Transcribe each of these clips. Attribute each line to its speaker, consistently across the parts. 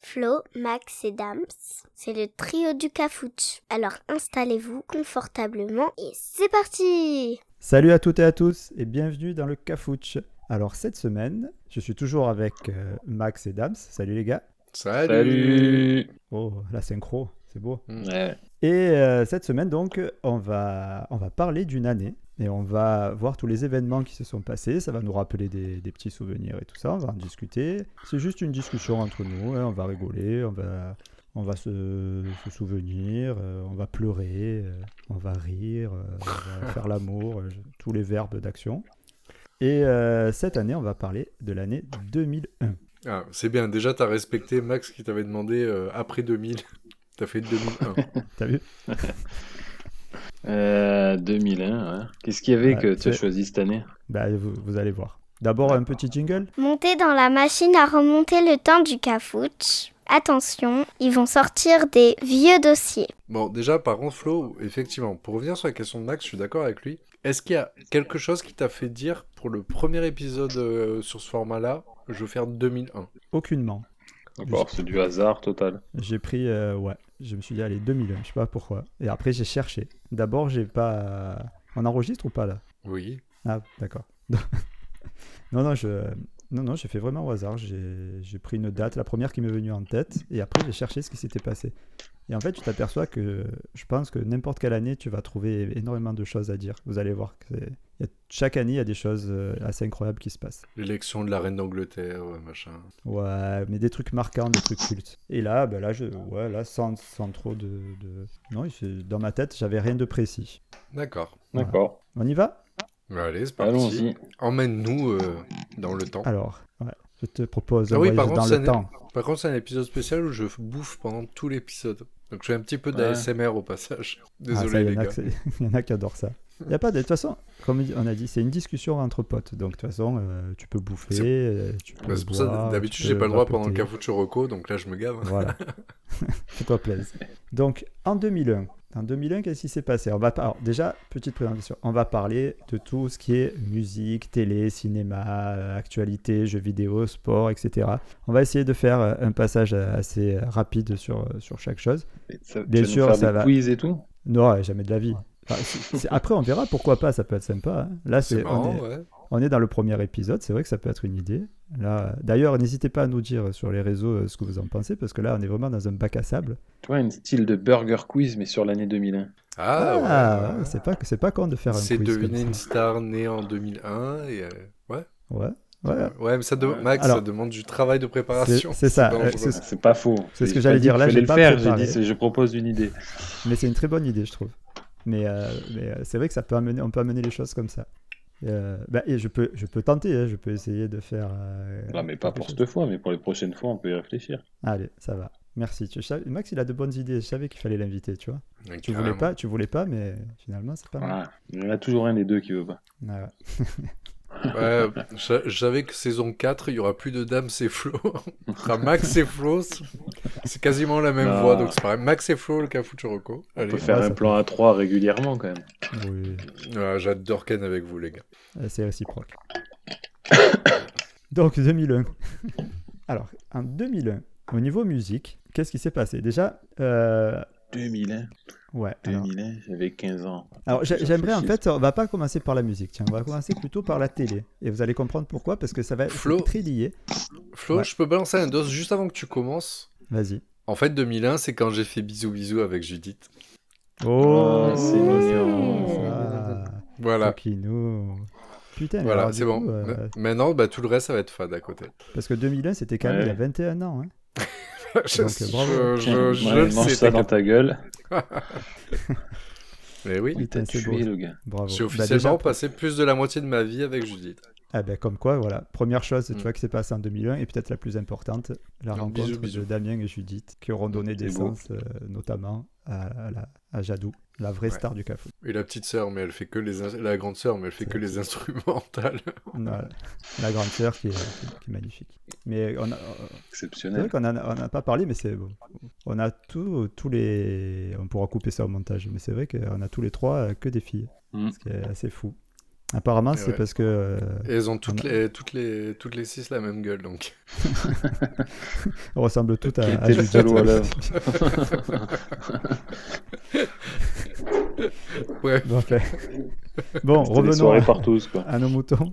Speaker 1: Flo, Max et Dams. C'est le trio du Cafouche. Alors installez-vous confortablement et c'est parti
Speaker 2: Salut à toutes et à tous et bienvenue dans le Cafouche. Alors cette semaine, je suis toujours avec euh, Max et Dams. Salut les gars.
Speaker 3: Salut,
Speaker 2: Oh, la synchro, c'est beau.
Speaker 3: Ouais.
Speaker 2: Et euh, cette semaine donc, on va, on va parler d'une année et on va voir tous les événements qui se sont passés. Ça va nous rappeler des, des petits souvenirs et tout ça. On va en discuter. C'est juste une discussion entre nous. hein, On va rigoler, on va, on va se, se souvenir, euh, on va pleurer, euh, on va rire, euh, on va faire l'amour, euh, je- tous les verbes d'action. Et euh, cette année, on va parler de l'année 2001.
Speaker 3: Ah, c'est bien, déjà t'as respecté Max qui t'avait demandé euh, après 2000. T'as fait 2001.
Speaker 2: T'as vu
Speaker 4: Euh, 2001, ouais. Qu'est-ce qu'il y avait
Speaker 2: Ouais,
Speaker 4: que tu
Speaker 2: c'est-
Speaker 4: as choisi cette année
Speaker 2: bah, vous, vous allez voir. D'abord, un petit jingle.
Speaker 1: Montez dans la machine à remonter le temps du Cafouche. Attention, ils vont sortir des vieux dossiers.
Speaker 3: bon, déjà, par contre, Flo, effectivement, pour revenir sur la question de Max, je suis d'accord avec lui. Est-ce qu'il y a quelque chose qui t'a fait dire pour le premier épisode euh, sur ce format-là, je veux faire 2001
Speaker 2: Aucunement.
Speaker 4: D'accord, c'est du hasard total.
Speaker 2: J'ai pris, euh, ouais, je me suis dit, allez, 2001, je sais pas pourquoi. Et après, j'ai cherché. D'abord, j'ai pas. On enregistre ou pas là
Speaker 3: Oui.
Speaker 2: Ah, d'accord. non, non, je. Non, non, j'ai fait vraiment au hasard. J'ai j'ai pris une date, la première qui m'est venue en tête, et après j'ai cherché ce qui s'était passé. Et en fait, tu t'aperçois que je pense que n'importe quelle année, tu vas trouver énormément de choses à dire. Vous allez voir que c'est- il y a- chaque année, il y a des choses euh, assez incroyables qui se passent.
Speaker 3: L'élection de la reine d'Angleterre, euh, machin.
Speaker 2: Ouais, mais des trucs marquants, des trucs cultes. Et là, ben là, je, ouais, là, sans, sans trop de, de- non, c'est- dans ma tête, j'avais rien de précis.
Speaker 3: D'accord.
Speaker 2: Voilà.
Speaker 4: D'accord,
Speaker 2: On y va
Speaker 3: Bah, allez, c'est parti.
Speaker 4: allons-y.
Speaker 3: Emmène-nous euh, dans le temps.
Speaker 2: Alors, ouais, je te propose un
Speaker 3: Ah oui, par
Speaker 2: voyage
Speaker 3: contre,
Speaker 2: dans
Speaker 3: ça
Speaker 2: le
Speaker 3: n'est-
Speaker 2: temps.
Speaker 3: Par contre, c'est un épisode spécial où je bouffe pendant tout l'épisode. Donc je fais un petit peu
Speaker 4: Ouais.
Speaker 3: d'ASMR au passage.
Speaker 2: Ah,
Speaker 3: Désolé
Speaker 2: ça, il y
Speaker 3: les
Speaker 2: en a
Speaker 3: gars.
Speaker 2: que c'est- il y en a qui adorent ça. Il y a pas de, de toute façon, comme on a dit, c'est une discussion entre potes. Donc de toute façon, euh, tu peux bouffer,
Speaker 3: C'est-
Speaker 2: euh, tu peux
Speaker 3: Bah, c'est pour ça,
Speaker 2: boire,
Speaker 3: d'habitude,
Speaker 2: tu
Speaker 3: j'ai
Speaker 2: peux
Speaker 3: pas le droit pendant le
Speaker 2: vapoter.
Speaker 3: Cafucho Rocco, donc là, je me gave. hein.
Speaker 2: Voilà. Fais-toi plaise. Donc, en 2001. En 2001, qu'est-ce qui s'est passé on va par- alors, Déjà, petite présentation. On va parler de tout ce qui est musique, télé, cinéma, euh, actualité, jeux vidéo, sport, etc. On va essayer de faire euh, un passage euh, assez euh, rapide sur, euh, sur chaque chose.
Speaker 4: Ça-
Speaker 2: Bien
Speaker 4: tu vas nous
Speaker 2: sûr,
Speaker 4: faire
Speaker 2: ça
Speaker 4: des
Speaker 2: va.
Speaker 4: quiz et tout
Speaker 2: Non, euh, jamais de la vie. Enfin, c'est- c'est- Après, on verra pourquoi pas, ça peut être sympa. hein. Là,
Speaker 3: C'est
Speaker 2: c'est, on,
Speaker 3: marrant,
Speaker 2: est,
Speaker 3: ouais.
Speaker 2: on est dans le premier épisode, c'est vrai que ça peut être une idée. Là, euh, d'ailleurs, n'hésitez pas à nous dire sur les réseaux euh, ce que vous en pensez, parce que là, on est vraiment dans un bac à sable.
Speaker 4: Tu vois, une style de burger quiz, mais sur l'année 2001.
Speaker 3: Ah,
Speaker 2: Ah,
Speaker 3: ouais.
Speaker 2: c'est pas c'est pas con de faire un
Speaker 3: C'est
Speaker 2: quiz comme
Speaker 3: deviner une
Speaker 2: ça.
Speaker 3: star née en 2001. Et euh, ouais.
Speaker 2: Ouais, ouais.
Speaker 3: ouais, mais ça de- Max,
Speaker 2: Alors,
Speaker 3: ça demande du travail de préparation.
Speaker 2: C'est c'est ça.
Speaker 3: dangereux.
Speaker 2: euh, c'est-
Speaker 4: Ah, C'est pas faux.
Speaker 2: C'est ce
Speaker 4: J'ai
Speaker 2: que
Speaker 4: pas
Speaker 2: j'allais
Speaker 4: dit
Speaker 2: dire, là,
Speaker 4: fallait
Speaker 2: j'ai
Speaker 4: le
Speaker 2: pas
Speaker 4: faire,
Speaker 2: préparé.
Speaker 4: j'ai dit, c'est- je propose une idée.
Speaker 2: mais c'est une très bonne idée, je trouve. Mais, euh, mais, euh, c'est vrai que ça peut amener, on peut amener les choses comme ça. Euh, bah, et je peux je peux tenter, hein, je peux essayer de faire. euh,
Speaker 4: Non, mais pas
Speaker 2: quelque
Speaker 4: pour
Speaker 2: chose.
Speaker 4: cette fois, mais pour les prochaines fois, on peut y réfléchir.
Speaker 2: Allez, ça va. Merci. Tu savais- Max, il a de bonnes idées. Je savais qu'il fallait l'inviter, tu vois.
Speaker 3: Ouais,
Speaker 2: Tu
Speaker 3: carrément.
Speaker 2: voulais pas, tu voulais pas, mais finalement c'est pas mal.
Speaker 4: Voilà. Ah, Il y en a toujours un des deux qui veut pas.
Speaker 2: Ah ouais.
Speaker 3: Ouais, je je savais que saison 4, il y aura plus de dames, c'est Flo. Il y aura Max et Flo. c'est- C'est quasiment la même
Speaker 4: Non.
Speaker 3: voix, donc c'est pareil. Max et Flo, le Cafucho Rocco.
Speaker 4: On
Speaker 3: Allez,
Speaker 4: peut faire
Speaker 2: Ouais,
Speaker 4: un
Speaker 2: ça
Speaker 4: plan à 3 régulièrement quand même.
Speaker 2: Oui,
Speaker 3: Ah, j'adore Ken avec vous, les gars.
Speaker 2: euh, c'est réciproque. Donc 2001. Alors en 2001, au niveau musique, qu'est-ce qui s'est passé Déjà, euh,
Speaker 4: 2001,
Speaker 2: ouais. alors-
Speaker 4: 2001, j'avais 15 ans.
Speaker 2: Alors j'ai-
Speaker 4: Plusieurs
Speaker 2: j'aimerais en
Speaker 4: chiffres.
Speaker 2: fait, on va pas commencer par la musique, tiens, on va commencer plutôt par la télé. Et vous allez comprendre pourquoi, parce que ça va être
Speaker 3: Flo.
Speaker 2: très lié.
Speaker 3: Flo,
Speaker 2: Ouais.
Speaker 3: je peux balancer un dos juste avant que tu commences
Speaker 2: Vas-y.
Speaker 3: En fait, 2001, c'est quand j'ai fait bisous bisous avec Judith.
Speaker 4: Oh,
Speaker 3: Ah,
Speaker 4: c'est
Speaker 2: ça,
Speaker 4: mignon.
Speaker 2: ça.
Speaker 3: Voilà.
Speaker 2: Coquinou. Ah, Putain, mais alors,
Speaker 3: Voilà,
Speaker 2: du
Speaker 3: c'est bon.
Speaker 2: coup, euh,
Speaker 3: Ma- Maintenant, bah, tout le reste, ça va être fade à côté.
Speaker 2: Parce que 2001, c'était quand même
Speaker 4: Ouais.
Speaker 2: il y a 21 ans. hein.
Speaker 3: je
Speaker 2: Donc, euh,
Speaker 3: je-
Speaker 2: bravo.
Speaker 3: je-
Speaker 4: Tiens,
Speaker 3: je
Speaker 4: ouais,
Speaker 3: le
Speaker 4: mange
Speaker 3: sais.
Speaker 4: ça dans
Speaker 3: t'inquiète.
Speaker 4: ta gueule.
Speaker 3: Mais oui,
Speaker 2: Oui,
Speaker 4: Il t'a
Speaker 2: c'est
Speaker 4: tué
Speaker 2: beau.
Speaker 4: le gars.
Speaker 2: Bravo.
Speaker 3: j'ai
Speaker 2: Bah,
Speaker 3: officiellement
Speaker 2: déjà-
Speaker 3: passé plus de la moitié de ma vie avec Judith.
Speaker 2: Ah ben comme quoi, voilà. Première chose, tu
Speaker 3: Mm.
Speaker 2: vois, qui s'est passée en 2001 et peut-être la plus importante, la
Speaker 3: Donc,
Speaker 2: rencontre
Speaker 3: bisous, Mm, bisous.
Speaker 2: de Damien et Judith, qui auront donné
Speaker 4: C'est
Speaker 2: des
Speaker 4: beau.
Speaker 2: sens, euh, notamment à, à la- à Jadou, la vraie
Speaker 3: Ouais.
Speaker 2: star du cafou.
Speaker 3: Et la petite sœur, mais elle fait que les ins- la grande sœur, mais elle fait que les instrumentales.
Speaker 2: Voilà. La grande sœur qui est, qui- qui est magnifique. Mais on a- c'est vrai
Speaker 4: Exceptionnel.
Speaker 2: qu'on en a- on n'a pas parlé, mais c'est bon. On a tout- tous les... On pourra couper ça au montage, mais c'est vrai qu'on a tous les trois euh, que des filles,
Speaker 4: Mm.
Speaker 2: ce qui est assez fou. Apparemment,
Speaker 3: Et
Speaker 2: c'est
Speaker 3: ouais.
Speaker 2: parce que. euh,
Speaker 3: Et elles ont toutes les, toutes, les, toutes les six la même gueule, donc.
Speaker 2: on ressemble tout à.
Speaker 4: Qui
Speaker 2: à
Speaker 4: était le
Speaker 2: Judith.
Speaker 4: salaud à l'œuvre.
Speaker 3: Ouais,
Speaker 2: Donc, euh, bon,
Speaker 4: C'était des
Speaker 2: revenons
Speaker 4: soirées
Speaker 2: à,
Speaker 4: partout, quoi.
Speaker 2: à nos moutons.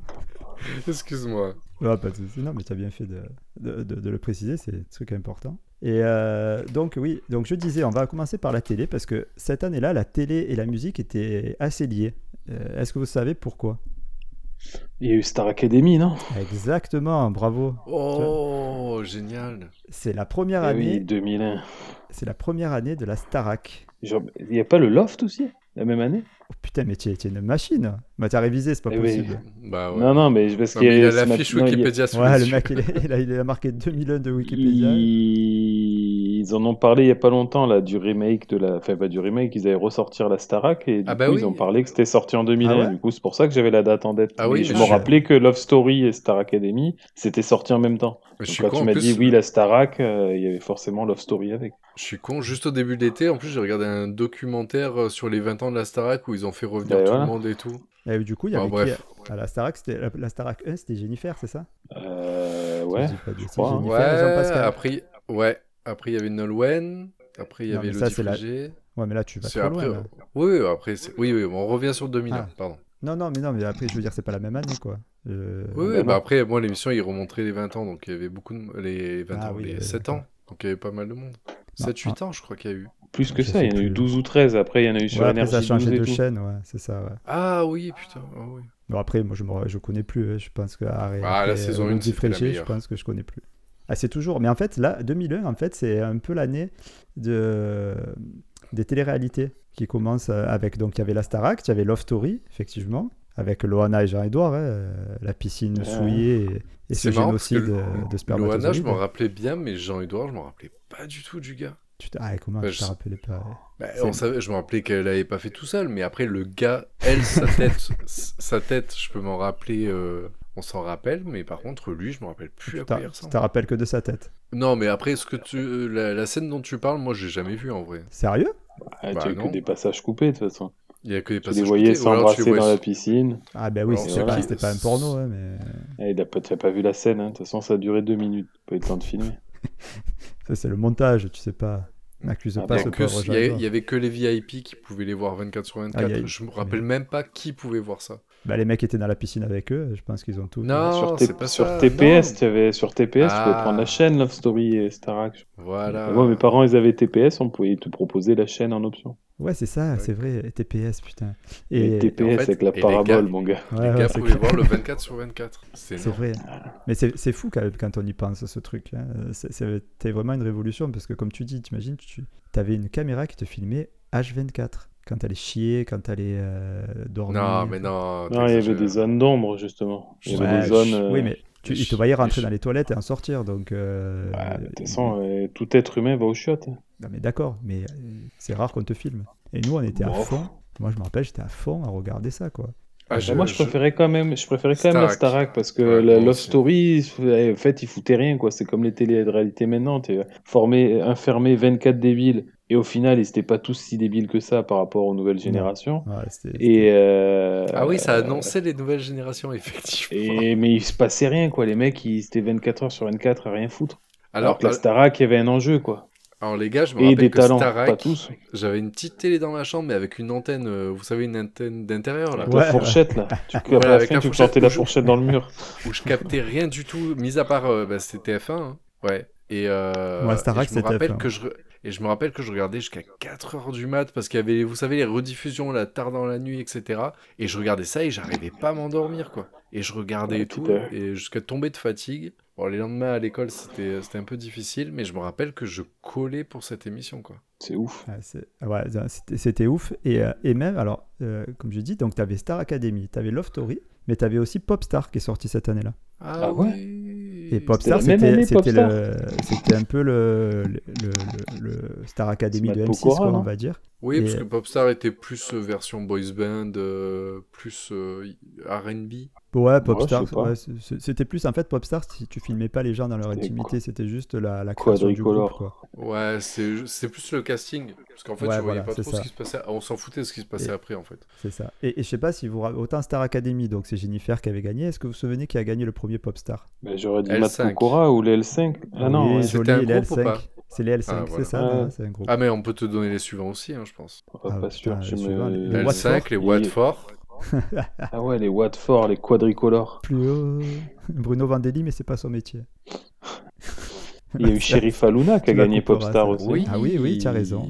Speaker 3: excuse-moi.
Speaker 2: Ah, pas de souci. Non, mais tu as bien fait de, de- de- de le préciser, c'est un truc important. Et euh, donc, oui, donc je disais, on va commencer par la télé, parce que cette année-là, la télé et la musique étaient assez liées. Euh, Est-ce que vous savez pourquoi
Speaker 4: Il y a eu Star Academy, non
Speaker 2: Exactement, bravo.
Speaker 3: Oh, génial.
Speaker 2: C'est la première
Speaker 4: Eh Oui,
Speaker 2: année,
Speaker 4: 2001.
Speaker 2: c'est la première année de la Starac.
Speaker 4: Genre, il n'y a pas le Loft aussi, la même année
Speaker 2: Oh, putain, mais tu es, tu es une machine. Bah, t'as révisé, c'est pas
Speaker 4: Eh oui.
Speaker 2: possible.
Speaker 3: Bah ouais.
Speaker 4: Non, non, mais parce
Speaker 3: Non,
Speaker 4: qu'il
Speaker 3: mais
Speaker 4: y
Speaker 3: il a
Speaker 4: ce
Speaker 3: la
Speaker 4: mat-
Speaker 3: fiche
Speaker 4: non, il y a-
Speaker 3: Wikipédia sous
Speaker 2: Ouais,
Speaker 3: les
Speaker 2: le
Speaker 3: yeux.
Speaker 2: mec, il, est- il a, il a marqué 2001 de Wikipédia.
Speaker 4: Ils... ils en ont parlé il y a pas longtemps là du remake de la, enfin pas du remake, ils avaient ressortir la Starac et du
Speaker 3: Ah bah
Speaker 4: coup
Speaker 3: oui.
Speaker 4: ils ont parlé que c'était sorti en 2001.
Speaker 2: Ah ouais
Speaker 4: du coup c'est pour ça que j'avais la date en tête.
Speaker 3: Ah oui,
Speaker 4: Mais je
Speaker 3: mais
Speaker 4: me
Speaker 3: je-
Speaker 4: rappelais que Love Story et Star Academy c'était sorti en même temps.
Speaker 3: Je
Speaker 4: Donc
Speaker 3: suis
Speaker 4: quand
Speaker 3: con,
Speaker 4: tu
Speaker 3: en
Speaker 4: m'as
Speaker 3: plus,
Speaker 4: dit oui la Starac, euh, il y avait forcément Love Story avec.
Speaker 3: Je suis con, juste au début de l'été, en plus j'ai regardé un documentaire euh, sur les 20 ans de la Starac où ils ont fait revenir
Speaker 4: Ben
Speaker 3: tout
Speaker 4: voilà.
Speaker 3: le monde et tout.
Speaker 2: Et Eh du coup, il y
Speaker 3: Bon,
Speaker 2: avait
Speaker 3: bref.
Speaker 2: qui à la Starac, c'était la, la Starac 1, c'était Jennifer, c'est ça
Speaker 4: Euh, ouais.
Speaker 2: Je dis pas de bêtises,
Speaker 4: crois, hein.
Speaker 2: Jennifer et
Speaker 3: Ouais,
Speaker 2: Jean-Pascal.
Speaker 3: après, ouais, après il y avait Nolwenn, après il y
Speaker 2: Non,
Speaker 3: avait
Speaker 2: mais ça,
Speaker 3: Elodie
Speaker 2: c'est la-
Speaker 3: Frigé.
Speaker 2: Ouais, mais là, tu vas
Speaker 3: C'est
Speaker 2: trop loin.
Speaker 3: après. euh,
Speaker 2: là.
Speaker 3: Oui, oui, après, c'est- oui, oui, on revient sur 2001,
Speaker 2: Ah.
Speaker 3: pardon.
Speaker 2: Non, non, mais non, mais après, je veux dire, c'est pas la même année, quoi. Euh,
Speaker 3: Oui, oui,
Speaker 4: ben
Speaker 3: bah
Speaker 4: non.
Speaker 3: après, moi, l'émission, il remontrait les 20 ans, donc il y avait beaucoup de... Les 20
Speaker 2: Ah
Speaker 3: ans,
Speaker 2: oui,
Speaker 3: les
Speaker 2: euh,
Speaker 3: 7 ans, donc il y avait pas mal de monde.
Speaker 2: Non,
Speaker 3: 7-8 ans, je crois qu'il y a eu.
Speaker 4: Plus que
Speaker 2: Je
Speaker 4: ça, il y en
Speaker 2: sais
Speaker 4: a eu
Speaker 2: plus.
Speaker 4: 12 ou 13. Après il y en a eu sur
Speaker 2: ah. ouais, après,
Speaker 4: Energy
Speaker 2: ça a
Speaker 4: 12
Speaker 2: changé
Speaker 4: et
Speaker 2: de
Speaker 4: tout.
Speaker 2: chaîne, ouais, c'est ça, ouais.
Speaker 3: Ah oui, putain, ah oui.
Speaker 2: Bon, après, moi, je, me... je connais plus, euh, je pense que... Harry-
Speaker 3: Ah, la
Speaker 2: après,
Speaker 3: saison
Speaker 2: euh,
Speaker 3: une,
Speaker 2: Rudy
Speaker 3: c'était la
Speaker 2: Fréchet, je
Speaker 3: meilleure.
Speaker 2: pense que je connais plus. Ah, c'est toujours... Mais en fait, là, 2001, en fait, c'est un peu l'année de... des téléréalités qui commence euh, avec... Donc, il y avait la Starac, il y avait Love Story, effectivement, avec Loana et Jean-Edouard, hein, euh, la piscine
Speaker 4: Ouais.
Speaker 2: souillée et, et ce
Speaker 3: C'est marrant, parce que
Speaker 2: génocide
Speaker 3: Lo-
Speaker 2: euh, de
Speaker 3: Loana, je
Speaker 2: spermatozoïdes.
Speaker 3: m'en rappelais bien, mais Jean-Edouard, je m'en rappelais pas du tout du gars.
Speaker 2: Tu t'en- Ah, comment
Speaker 3: Bah,
Speaker 2: tu
Speaker 3: je-
Speaker 2: t'en rappelais pas ouais.
Speaker 3: Bah,
Speaker 2: C'est-
Speaker 3: on savait, je me rappelais qu'elle avait pas fait tout seul, mais après le gars, elle, sa tête, s- sa tête, je peux m'en rappeler, euh, on s'en rappelle, mais par contre lui, je me rappelle plus à
Speaker 2: Tu t'en-
Speaker 3: quoi il
Speaker 2: tu
Speaker 3: ressemble.
Speaker 2: t'en rappelles que de sa tête.
Speaker 3: Non, mais après ce que tu, euh, la, la scène dont tu parles, moi, j'ai jamais vu en vrai.
Speaker 2: Sérieux
Speaker 4: Ah,
Speaker 3: Bah,
Speaker 4: tu as que
Speaker 3: non.
Speaker 4: des passages coupés de toute façon.
Speaker 3: Il y a que des
Speaker 4: Tu les
Speaker 3: passages
Speaker 4: voyais
Speaker 3: coupés, ou alors tu les
Speaker 4: s'embrasser dans
Speaker 3: voyais-
Speaker 4: la piscine.
Speaker 2: Ah ben oui,
Speaker 3: Alors,
Speaker 2: c'est
Speaker 4: c'est
Speaker 2: pas,
Speaker 4: qui
Speaker 2: c'était pas un porno, hein, mais
Speaker 4: Eh, il a pas, tu as pas vu la scène, hein. de toute façon ça a duré deux minutes, pas eu le temps de filmer.
Speaker 2: ça c'est le montage, tu sais pas. N'accuse
Speaker 4: Ah,
Speaker 2: pas
Speaker 3: Il y,
Speaker 2: ce
Speaker 3: a que-
Speaker 2: pauvre
Speaker 3: il y a-
Speaker 2: Jean-Jacques.
Speaker 3: il y avait que les VIP qui pouvaient les voir 24 sur 24.
Speaker 2: Ah, il y a-
Speaker 3: Je me rappelle même pas qui pouvait voir ça.
Speaker 2: Bah, les mecs étaient dans la piscine avec eux, je pense qu'ils ont tout.
Speaker 3: Non,
Speaker 4: sur, T-
Speaker 3: c'est pas
Speaker 4: sur
Speaker 3: ça,
Speaker 4: TPS,
Speaker 3: non.
Speaker 4: tu avais sur TPS, tu pouvais
Speaker 3: Ah.
Speaker 4: prendre la chaîne Love Story et Starac.
Speaker 3: Voilà.
Speaker 4: Moi, mes parents, ils avaient TPS, on pouvait te proposer la chaîne en option.
Speaker 2: Ouais, c'est ça,
Speaker 3: Ouais.
Speaker 2: c'est vrai, TPS, putain.
Speaker 4: Et,
Speaker 2: Et
Speaker 4: TPS
Speaker 3: et en fait,
Speaker 4: avec la
Speaker 3: et les
Speaker 4: parabole,
Speaker 3: gars-
Speaker 4: mon gars.
Speaker 2: ouais,
Speaker 3: les
Speaker 2: ouais,
Speaker 3: gars
Speaker 2: c'est
Speaker 3: pouvaient
Speaker 2: clair.
Speaker 3: voir le 24 sur 24. C'est
Speaker 2: C'est
Speaker 3: énorme.
Speaker 2: vrai. Mais c'est c'est fou quand, même quand on y pense, ce truc. hein. C'est- C'était vraiment une révolution parce que, comme tu dis, t'imagines, tu avais une caméra qui te filmait H24 quand t'allais chier, quand t'allais euh, dormir.
Speaker 3: Non, mais non.
Speaker 4: Non, il y avait
Speaker 3: t'exagères.
Speaker 4: des zones d'ombre, justement. Il y
Speaker 2: Ouais,
Speaker 4: avait des
Speaker 2: je-
Speaker 4: zones. euh,
Speaker 2: Oui, mais tu,
Speaker 3: les
Speaker 2: ils te
Speaker 3: chi-
Speaker 2: voyaient
Speaker 3: les
Speaker 2: rentrer
Speaker 3: chi-
Speaker 2: dans les toilettes et en sortir, donc. euh,
Speaker 4: bah, de toute façon, euh, tout être humain va au chiottes. hein.
Speaker 2: Non mais d'accord, mais euh, c'est rare qu'on te filme. Et nous on était à
Speaker 4: Bon.
Speaker 2: fond. Moi je me rappelle j'étais à fond à regarder ça quoi.
Speaker 3: Ah, je-
Speaker 4: Bah, moi, je,
Speaker 3: je-
Speaker 4: préférais quand même, je préférais quand même la
Speaker 3: Starac.
Speaker 4: Starac parce que
Speaker 3: Ouais,
Speaker 4: la
Speaker 3: moi
Speaker 4: Love
Speaker 3: aussi.
Speaker 4: Story, euh, en fait, ils foutaient rien, quoi. C'est comme les télés de réalité maintenant. T'es formé, enfermé 24 débiles. Et au final, ils n'étaient pas tous si débiles que ça par rapport aux nouvelles générations.
Speaker 2: Ouais, c'était-
Speaker 4: Et euh,
Speaker 3: Ah oui, ça annonçait les nouvelles générations, effectivement.
Speaker 4: Et, mais il se passait rien, quoi. Les mecs, ils étaient 24 heures sur 24 à rien foutre. Alors,
Speaker 3: Alors, euh,
Speaker 4: que la Starac, il y avait un enjeu, quoi.
Speaker 3: alors, les gars, je me
Speaker 4: Et
Speaker 3: rappelle
Speaker 4: des
Speaker 3: que
Speaker 4: talents,
Speaker 3: Starac,
Speaker 4: pas tous.
Speaker 3: j'avais une petite télé dans ma chambre, mais avec une antenne, euh, vous savez, une antenne d'intérieur, là,
Speaker 4: Avec
Speaker 2: Ouais.
Speaker 4: la fourchette, là. Tu, après
Speaker 3: Voilà,
Speaker 4: la
Speaker 3: avec
Speaker 4: fin,
Speaker 3: la
Speaker 4: tu
Speaker 3: fourchette
Speaker 4: sortais la
Speaker 3: toujours.
Speaker 4: fourchette dans le mur.
Speaker 3: où je captais rien du tout, mis à part, euh, bah, c'était TF1, hein. ouais. Et, euh,
Speaker 2: Ouais, Starac,
Speaker 3: et je me
Speaker 2: c'était
Speaker 3: rappelle
Speaker 2: TF1.
Speaker 3: que je re- et je me rappelle que je regardais jusqu'à 4h du mat parce qu'il y avait vous savez les rediffusions la tard dans la nuit etc et je regardais ça et j'arrivais pas à m'endormir quoi et je regardais
Speaker 4: Ouais,
Speaker 3: et tout
Speaker 4: putain.
Speaker 3: et jusqu'à tomber de fatigue bon les lendemains à l'école c'était c'était un peu difficile mais je me rappelle que je collais pour cette émission quoi
Speaker 4: C'est ouf.
Speaker 2: Ah, c'est- ouais, ça, c'était c'était ouf. Et, euh, et même, alors, euh, comme je dis, donc t'avais Star Academy, t'avais Love Story, mais t'avais aussi Popstar qui est sorti cette année-là.
Speaker 3: ah,
Speaker 4: Ah ouais
Speaker 3: oui
Speaker 2: Et Popstar,
Speaker 4: la même
Speaker 2: c'était
Speaker 4: année,
Speaker 2: c'était le- c'était un peu le, le, le- le Star Academy
Speaker 4: C'est
Speaker 2: de
Speaker 4: Matt
Speaker 2: M6,
Speaker 4: Pokora,
Speaker 2: quoi, on
Speaker 4: non
Speaker 2: va dire.
Speaker 3: oui
Speaker 2: Et-
Speaker 3: parce que Popstar était plus euh, version boys band euh, plus euh, R&B
Speaker 2: Ouais, Popstar,
Speaker 4: je sais pas.
Speaker 2: ouais, c'est- c'est- c'était plus en fait Popstar si tu filmais pas les gens dans leur
Speaker 4: C'est
Speaker 2: intimité, c'était juste la, la
Speaker 4: quoi-
Speaker 2: création du groupe.
Speaker 4: quadricolore.
Speaker 2: Quoi.
Speaker 3: Ouais, c'est c'est plus le casting. Parce qu'en fait,
Speaker 2: Ouais,
Speaker 3: tu voyais
Speaker 2: voilà,
Speaker 3: pas
Speaker 2: c'est
Speaker 3: trop
Speaker 2: ça.
Speaker 3: ce qui se passait. On s'en foutait de ce qui se passait
Speaker 2: Et-
Speaker 3: après, en fait.
Speaker 2: C'est ça. Et, et je sais pas si vous. ra- Autant Star Academy, donc c'est Jennifer qui avait gagné. Est-ce que vous vous souvenez qui a gagné le premier Popstar
Speaker 4: Bah, J'aurais dit
Speaker 3: L5.
Speaker 4: Matt Pokora ou les L5. Ah non,
Speaker 2: Oui,
Speaker 4: ouais.
Speaker 3: c'était
Speaker 2: joli,
Speaker 3: un
Speaker 2: les
Speaker 3: groupe ou
Speaker 2: L5.
Speaker 3: pas
Speaker 2: C'est les L5,
Speaker 3: Ah, voilà.
Speaker 2: c'est ça
Speaker 4: Ouais.
Speaker 2: non, C'est un groupe.
Speaker 3: Ah, mais on peut te donner les suivants aussi, hein, je pense.
Speaker 4: pas,
Speaker 2: Ah,
Speaker 4: pas sûr.
Speaker 2: putain,
Speaker 4: je
Speaker 2: les
Speaker 4: me-
Speaker 2: suivants, les-
Speaker 3: Les
Speaker 2: Les Watford.
Speaker 3: L5, les Watford.
Speaker 4: Ah ouais, les Watford, les quadricolores.
Speaker 2: Plus haut. Bruno Vandelli, mais c'est pas son métier.
Speaker 4: Il y a eu Sheriff Aluna qui a
Speaker 2: Tu la
Speaker 4: gagné
Speaker 2: couperas,
Speaker 4: Popstar
Speaker 2: ça.
Speaker 4: aussi.
Speaker 3: Oui.
Speaker 2: Ah oui, oui, tu as raison.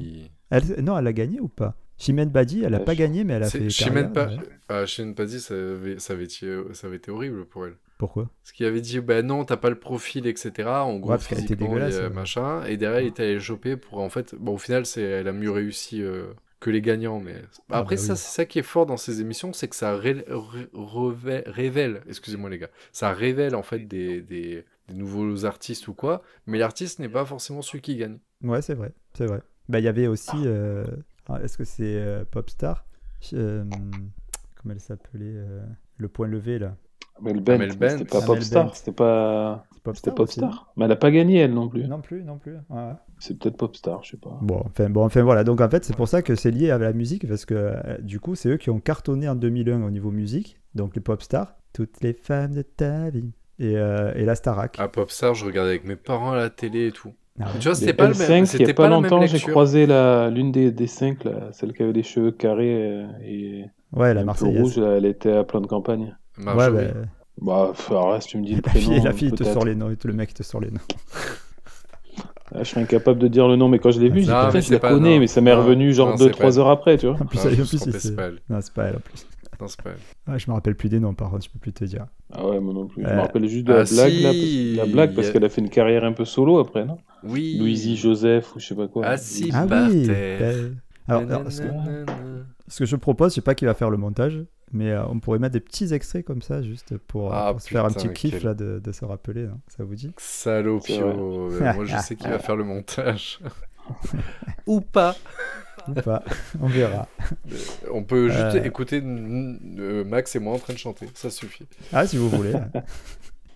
Speaker 2: Elle- Non, elle a gagné ou pas Chimène Badi, elle a
Speaker 4: Ouais,
Speaker 2: pas
Speaker 4: Euh, je-
Speaker 2: gagné, mais elle a fait.
Speaker 3: C'est- Chimène
Speaker 2: carrière,
Speaker 3: pas
Speaker 2: ouais.
Speaker 3: ah, Chimène Pazzi, ça avait, ça, avait été, ça avait été horrible pour elle.
Speaker 2: Pourquoi
Speaker 3: Parce qu'il avait dit, bah non, t'as pas le profil, etc. En gros,
Speaker 2: Ouais, parce qu'elle était
Speaker 3: physiquement,
Speaker 2: dégueulasse,
Speaker 3: il y a
Speaker 2: ouais.
Speaker 3: machin. Et derrière, il était allé le choper pour, en fait... Bon, au final, c'est elle a mieux réussi euh, que les gagnants. Mais
Speaker 2: Ah
Speaker 3: après,
Speaker 2: bah
Speaker 3: ça,
Speaker 2: oui.
Speaker 3: c'est ça qui est fort dans ces émissions, c'est que ça ré- ré- revé- révèle... Excusez-moi, les gars. Ça révèle, en fait, des... des des nouveaux artistes ou quoi, mais l'artiste n'est pas forcément celui qui gagne.
Speaker 2: Ouais, c'est vrai, c'est vrai. Bah, il y avait aussi. euh, ah, Est-ce que c'est euh, Popstar Euh, Comment elle s'appelait euh, Le point levé là.
Speaker 4: Mel
Speaker 3: Ah,
Speaker 4: Bent,
Speaker 3: Mel
Speaker 4: mais
Speaker 3: Bent.
Speaker 4: c'était
Speaker 2: Ah,
Speaker 4: pas
Speaker 2: Mel Bent.
Speaker 4: Popstar, c'était pas...
Speaker 2: C'est
Speaker 4: C'était
Speaker 2: aussi, non
Speaker 4: Popstar. Mais elle a pas gagné, elle, non plus.
Speaker 2: Non plus, non plus. ouais, ouais.
Speaker 4: C'est peut-être Popstar, je sais pas.
Speaker 2: Bon, enfin, bon, enfin voilà. Donc en fait, c'est pour ça que c'est lié à la musique parce que euh, du coup, c'est eux qui ont cartonné en 2001 au niveau musique. Donc les pop stars, toutes les femmes de ta vie et, euh, et la Starac.
Speaker 3: À Popstar, je regardais avec mes parents à la télé et tout.
Speaker 2: Ah ouais.
Speaker 3: Tu vois,
Speaker 4: Les
Speaker 3: c'était pas le
Speaker 4: L5,
Speaker 3: même.
Speaker 4: il y
Speaker 3: C'était
Speaker 4: a pas
Speaker 3: la même
Speaker 4: longtemps, j'ai
Speaker 3: lecture.
Speaker 4: croisé la- l'une des, des cinq, là, celle qui avait des cheveux carrés euh, et
Speaker 2: Ouais, la
Speaker 4: un peu
Speaker 2: Marseillaise.
Speaker 4: rouge, là, elle était à plein de campagne.
Speaker 2: Ouais,
Speaker 3: Marjorie.
Speaker 2: bah,
Speaker 4: Bah, pff, alors là, si tu me dis le
Speaker 2: la
Speaker 4: prénom,
Speaker 2: fille, la fille te
Speaker 4: peut-être.
Speaker 2: sort les noms, et le mec te sort les noms.
Speaker 4: Ah, je suis incapable de dire le nom, mais quand je l'ai vu, j'ai dit,
Speaker 2: Non,
Speaker 4: putain,
Speaker 2: mais
Speaker 4: je
Speaker 3: c'est
Speaker 4: la
Speaker 3: pas-
Speaker 4: connais,
Speaker 3: non.
Speaker 4: mais ça m'est
Speaker 3: Non,
Speaker 4: revenu
Speaker 3: non,
Speaker 4: genre
Speaker 3: c'est
Speaker 4: 2-3
Speaker 3: pas-
Speaker 4: heures après, tu vois.
Speaker 2: En plus,
Speaker 3: Ah,
Speaker 2: elle-
Speaker 3: je
Speaker 2: en plus,
Speaker 3: me trompais,
Speaker 2: il-
Speaker 3: c'est pas elle.
Speaker 2: Non, c'est pas elle en plus.
Speaker 3: Non, c'est pas elle.
Speaker 2: Ouais, je me rappelle plus des noms par contre, je peux plus te dire.
Speaker 4: Ah ouais, moi non plus. Je
Speaker 2: Euh,
Speaker 4: me rappelle juste de la
Speaker 3: ah,
Speaker 4: blague, là,
Speaker 3: si,
Speaker 4: parce- la blague, parce
Speaker 3: il y a-
Speaker 4: qu'elle a fait une carrière un peu solo après, non
Speaker 3: Oui.
Speaker 4: Louisie Joseph ou je sais pas quoi.
Speaker 3: Ah, si.
Speaker 2: Ah
Speaker 3: Par
Speaker 2: oui
Speaker 3: terre.
Speaker 2: ben, alors, alors, ce, que,
Speaker 3: Nanana.
Speaker 2: ce que je propose, je sais pas qui va faire le montage, mais euh, on pourrait mettre des petits extraits comme ça juste pour, euh,
Speaker 3: Ah,
Speaker 2: pour se faire un
Speaker 3: putain,
Speaker 2: petit kiff
Speaker 3: quel-
Speaker 2: là, de, de se rappeler. hein. Ça vous dit
Speaker 3: Salopio.
Speaker 2: C'est vrai.
Speaker 3: Euh, Moi, je sais qui va faire le montage. Ou pas.
Speaker 2: ou pas On verra.
Speaker 3: On peut juste
Speaker 2: Euh.
Speaker 3: écouter n- euh, Max et moi en train de chanter. Ça suffit.
Speaker 2: Ah, si vous voulez.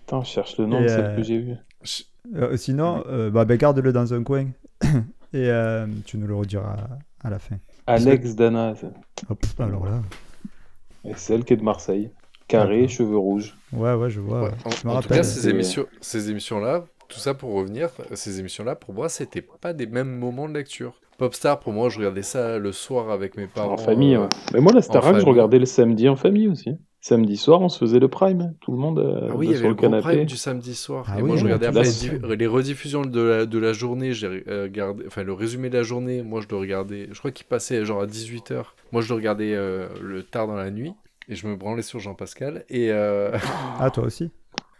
Speaker 4: Attends, je cherche le nom
Speaker 2: Et,
Speaker 4: de celle
Speaker 2: euh,
Speaker 4: que j'ai vue.
Speaker 3: Ch-
Speaker 2: Euh, sinon, euh, bah, bah, garde-le dans un coin et euh, tu nous le rediras à la fin.
Speaker 4: Alex Dana, c'est-
Speaker 2: Oh, pff, alors là.
Speaker 4: et celle qui est de Marseille. Carré,
Speaker 2: D'accord.
Speaker 4: cheveux rouges.
Speaker 2: Ouais, ouais, je vois.
Speaker 3: ouais.
Speaker 2: ouais. je
Speaker 3: En,
Speaker 2: me
Speaker 3: en tout
Speaker 2: rappelle.
Speaker 3: cas,
Speaker 4: c'est-
Speaker 3: ces émissions, ces émissions-là, tout ça pour revenir, ces émissions-là, pour moi, c'était pas des mêmes moments de lecture. Popstar, pour moi, je regardais ça le soir avec mes parents.
Speaker 4: en famille, hein.
Speaker 3: euh,
Speaker 4: ouais. Mais moi, la Starac, je
Speaker 3: famille.
Speaker 4: regardais le samedi en famille aussi. Samedi soir, on se faisait le prime. hein. Tout le monde euh,
Speaker 3: Ah oui,
Speaker 4: de-
Speaker 3: il y
Speaker 4: sur
Speaker 3: avait
Speaker 4: le
Speaker 3: le gros prime
Speaker 4: canapé.
Speaker 3: du samedi soir.
Speaker 2: Ah
Speaker 3: et
Speaker 2: oui,
Speaker 3: moi, je
Speaker 2: oui,
Speaker 3: regardais
Speaker 4: tout
Speaker 3: après
Speaker 4: à
Speaker 3: les,
Speaker 4: fait.
Speaker 3: diff- les rediffusions de la, de la journée. J'ai euh, regardé, enfin, le résumé de la journée, moi, je le regardais. Je crois qu'il passait genre à 18h. Moi, je le regardais euh, le tard dans la nuit. Et je me branlais sur Jean-Pascal. Et euh,
Speaker 2: Ah, toi aussi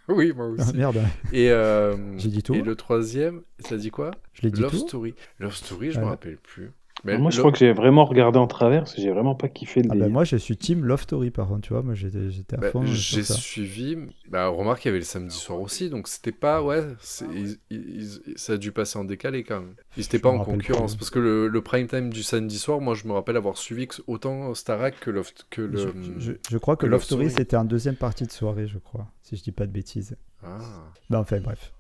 Speaker 3: oui, moi
Speaker 2: Ah,
Speaker 3: aussi.
Speaker 2: Merde,
Speaker 3: Et, euh,
Speaker 2: J'ai dit tout.
Speaker 3: Et le troisième, ça dit quoi
Speaker 2: je l'ai dit
Speaker 3: Love
Speaker 2: tout. Ah
Speaker 3: Story. Love Story, je
Speaker 2: Ouais.
Speaker 3: me rappelle plus. Mais ben
Speaker 4: Moi, je
Speaker 3: Love-
Speaker 4: crois que j'ai vraiment regardé en travers parce que j'ai vraiment pas kiffé
Speaker 2: Ah,
Speaker 4: le
Speaker 2: bah,
Speaker 4: délire.
Speaker 2: moi, je suis team Love Story par contre, tu vois. Moi, j'étais j'étais à
Speaker 3: Bah,
Speaker 2: fond. euh, sur
Speaker 3: j'ai
Speaker 2: ça.
Speaker 3: suivi. Bah, remarque, il y avait le samedi soir aussi, donc c'était pas. Ouais, c'est- ils- ils- ils- ça a dû passer en décalé quand même. Ils étaient
Speaker 2: Je
Speaker 3: pas
Speaker 2: me
Speaker 3: en
Speaker 2: rappelle
Speaker 3: concurrence,
Speaker 2: plus.
Speaker 3: parce que le, le prime time du samedi soir, moi je me rappelle avoir suivi que- autant Starac que, Loft, que
Speaker 2: Je,
Speaker 3: le.
Speaker 2: je- je crois que
Speaker 3: le
Speaker 2: Love
Speaker 3: Love
Speaker 2: Story,
Speaker 3: Story.
Speaker 2: c'était en deuxième partie de soirée, je crois, si je dis pas de bêtises.
Speaker 3: Ah.
Speaker 2: Non, enfin bref.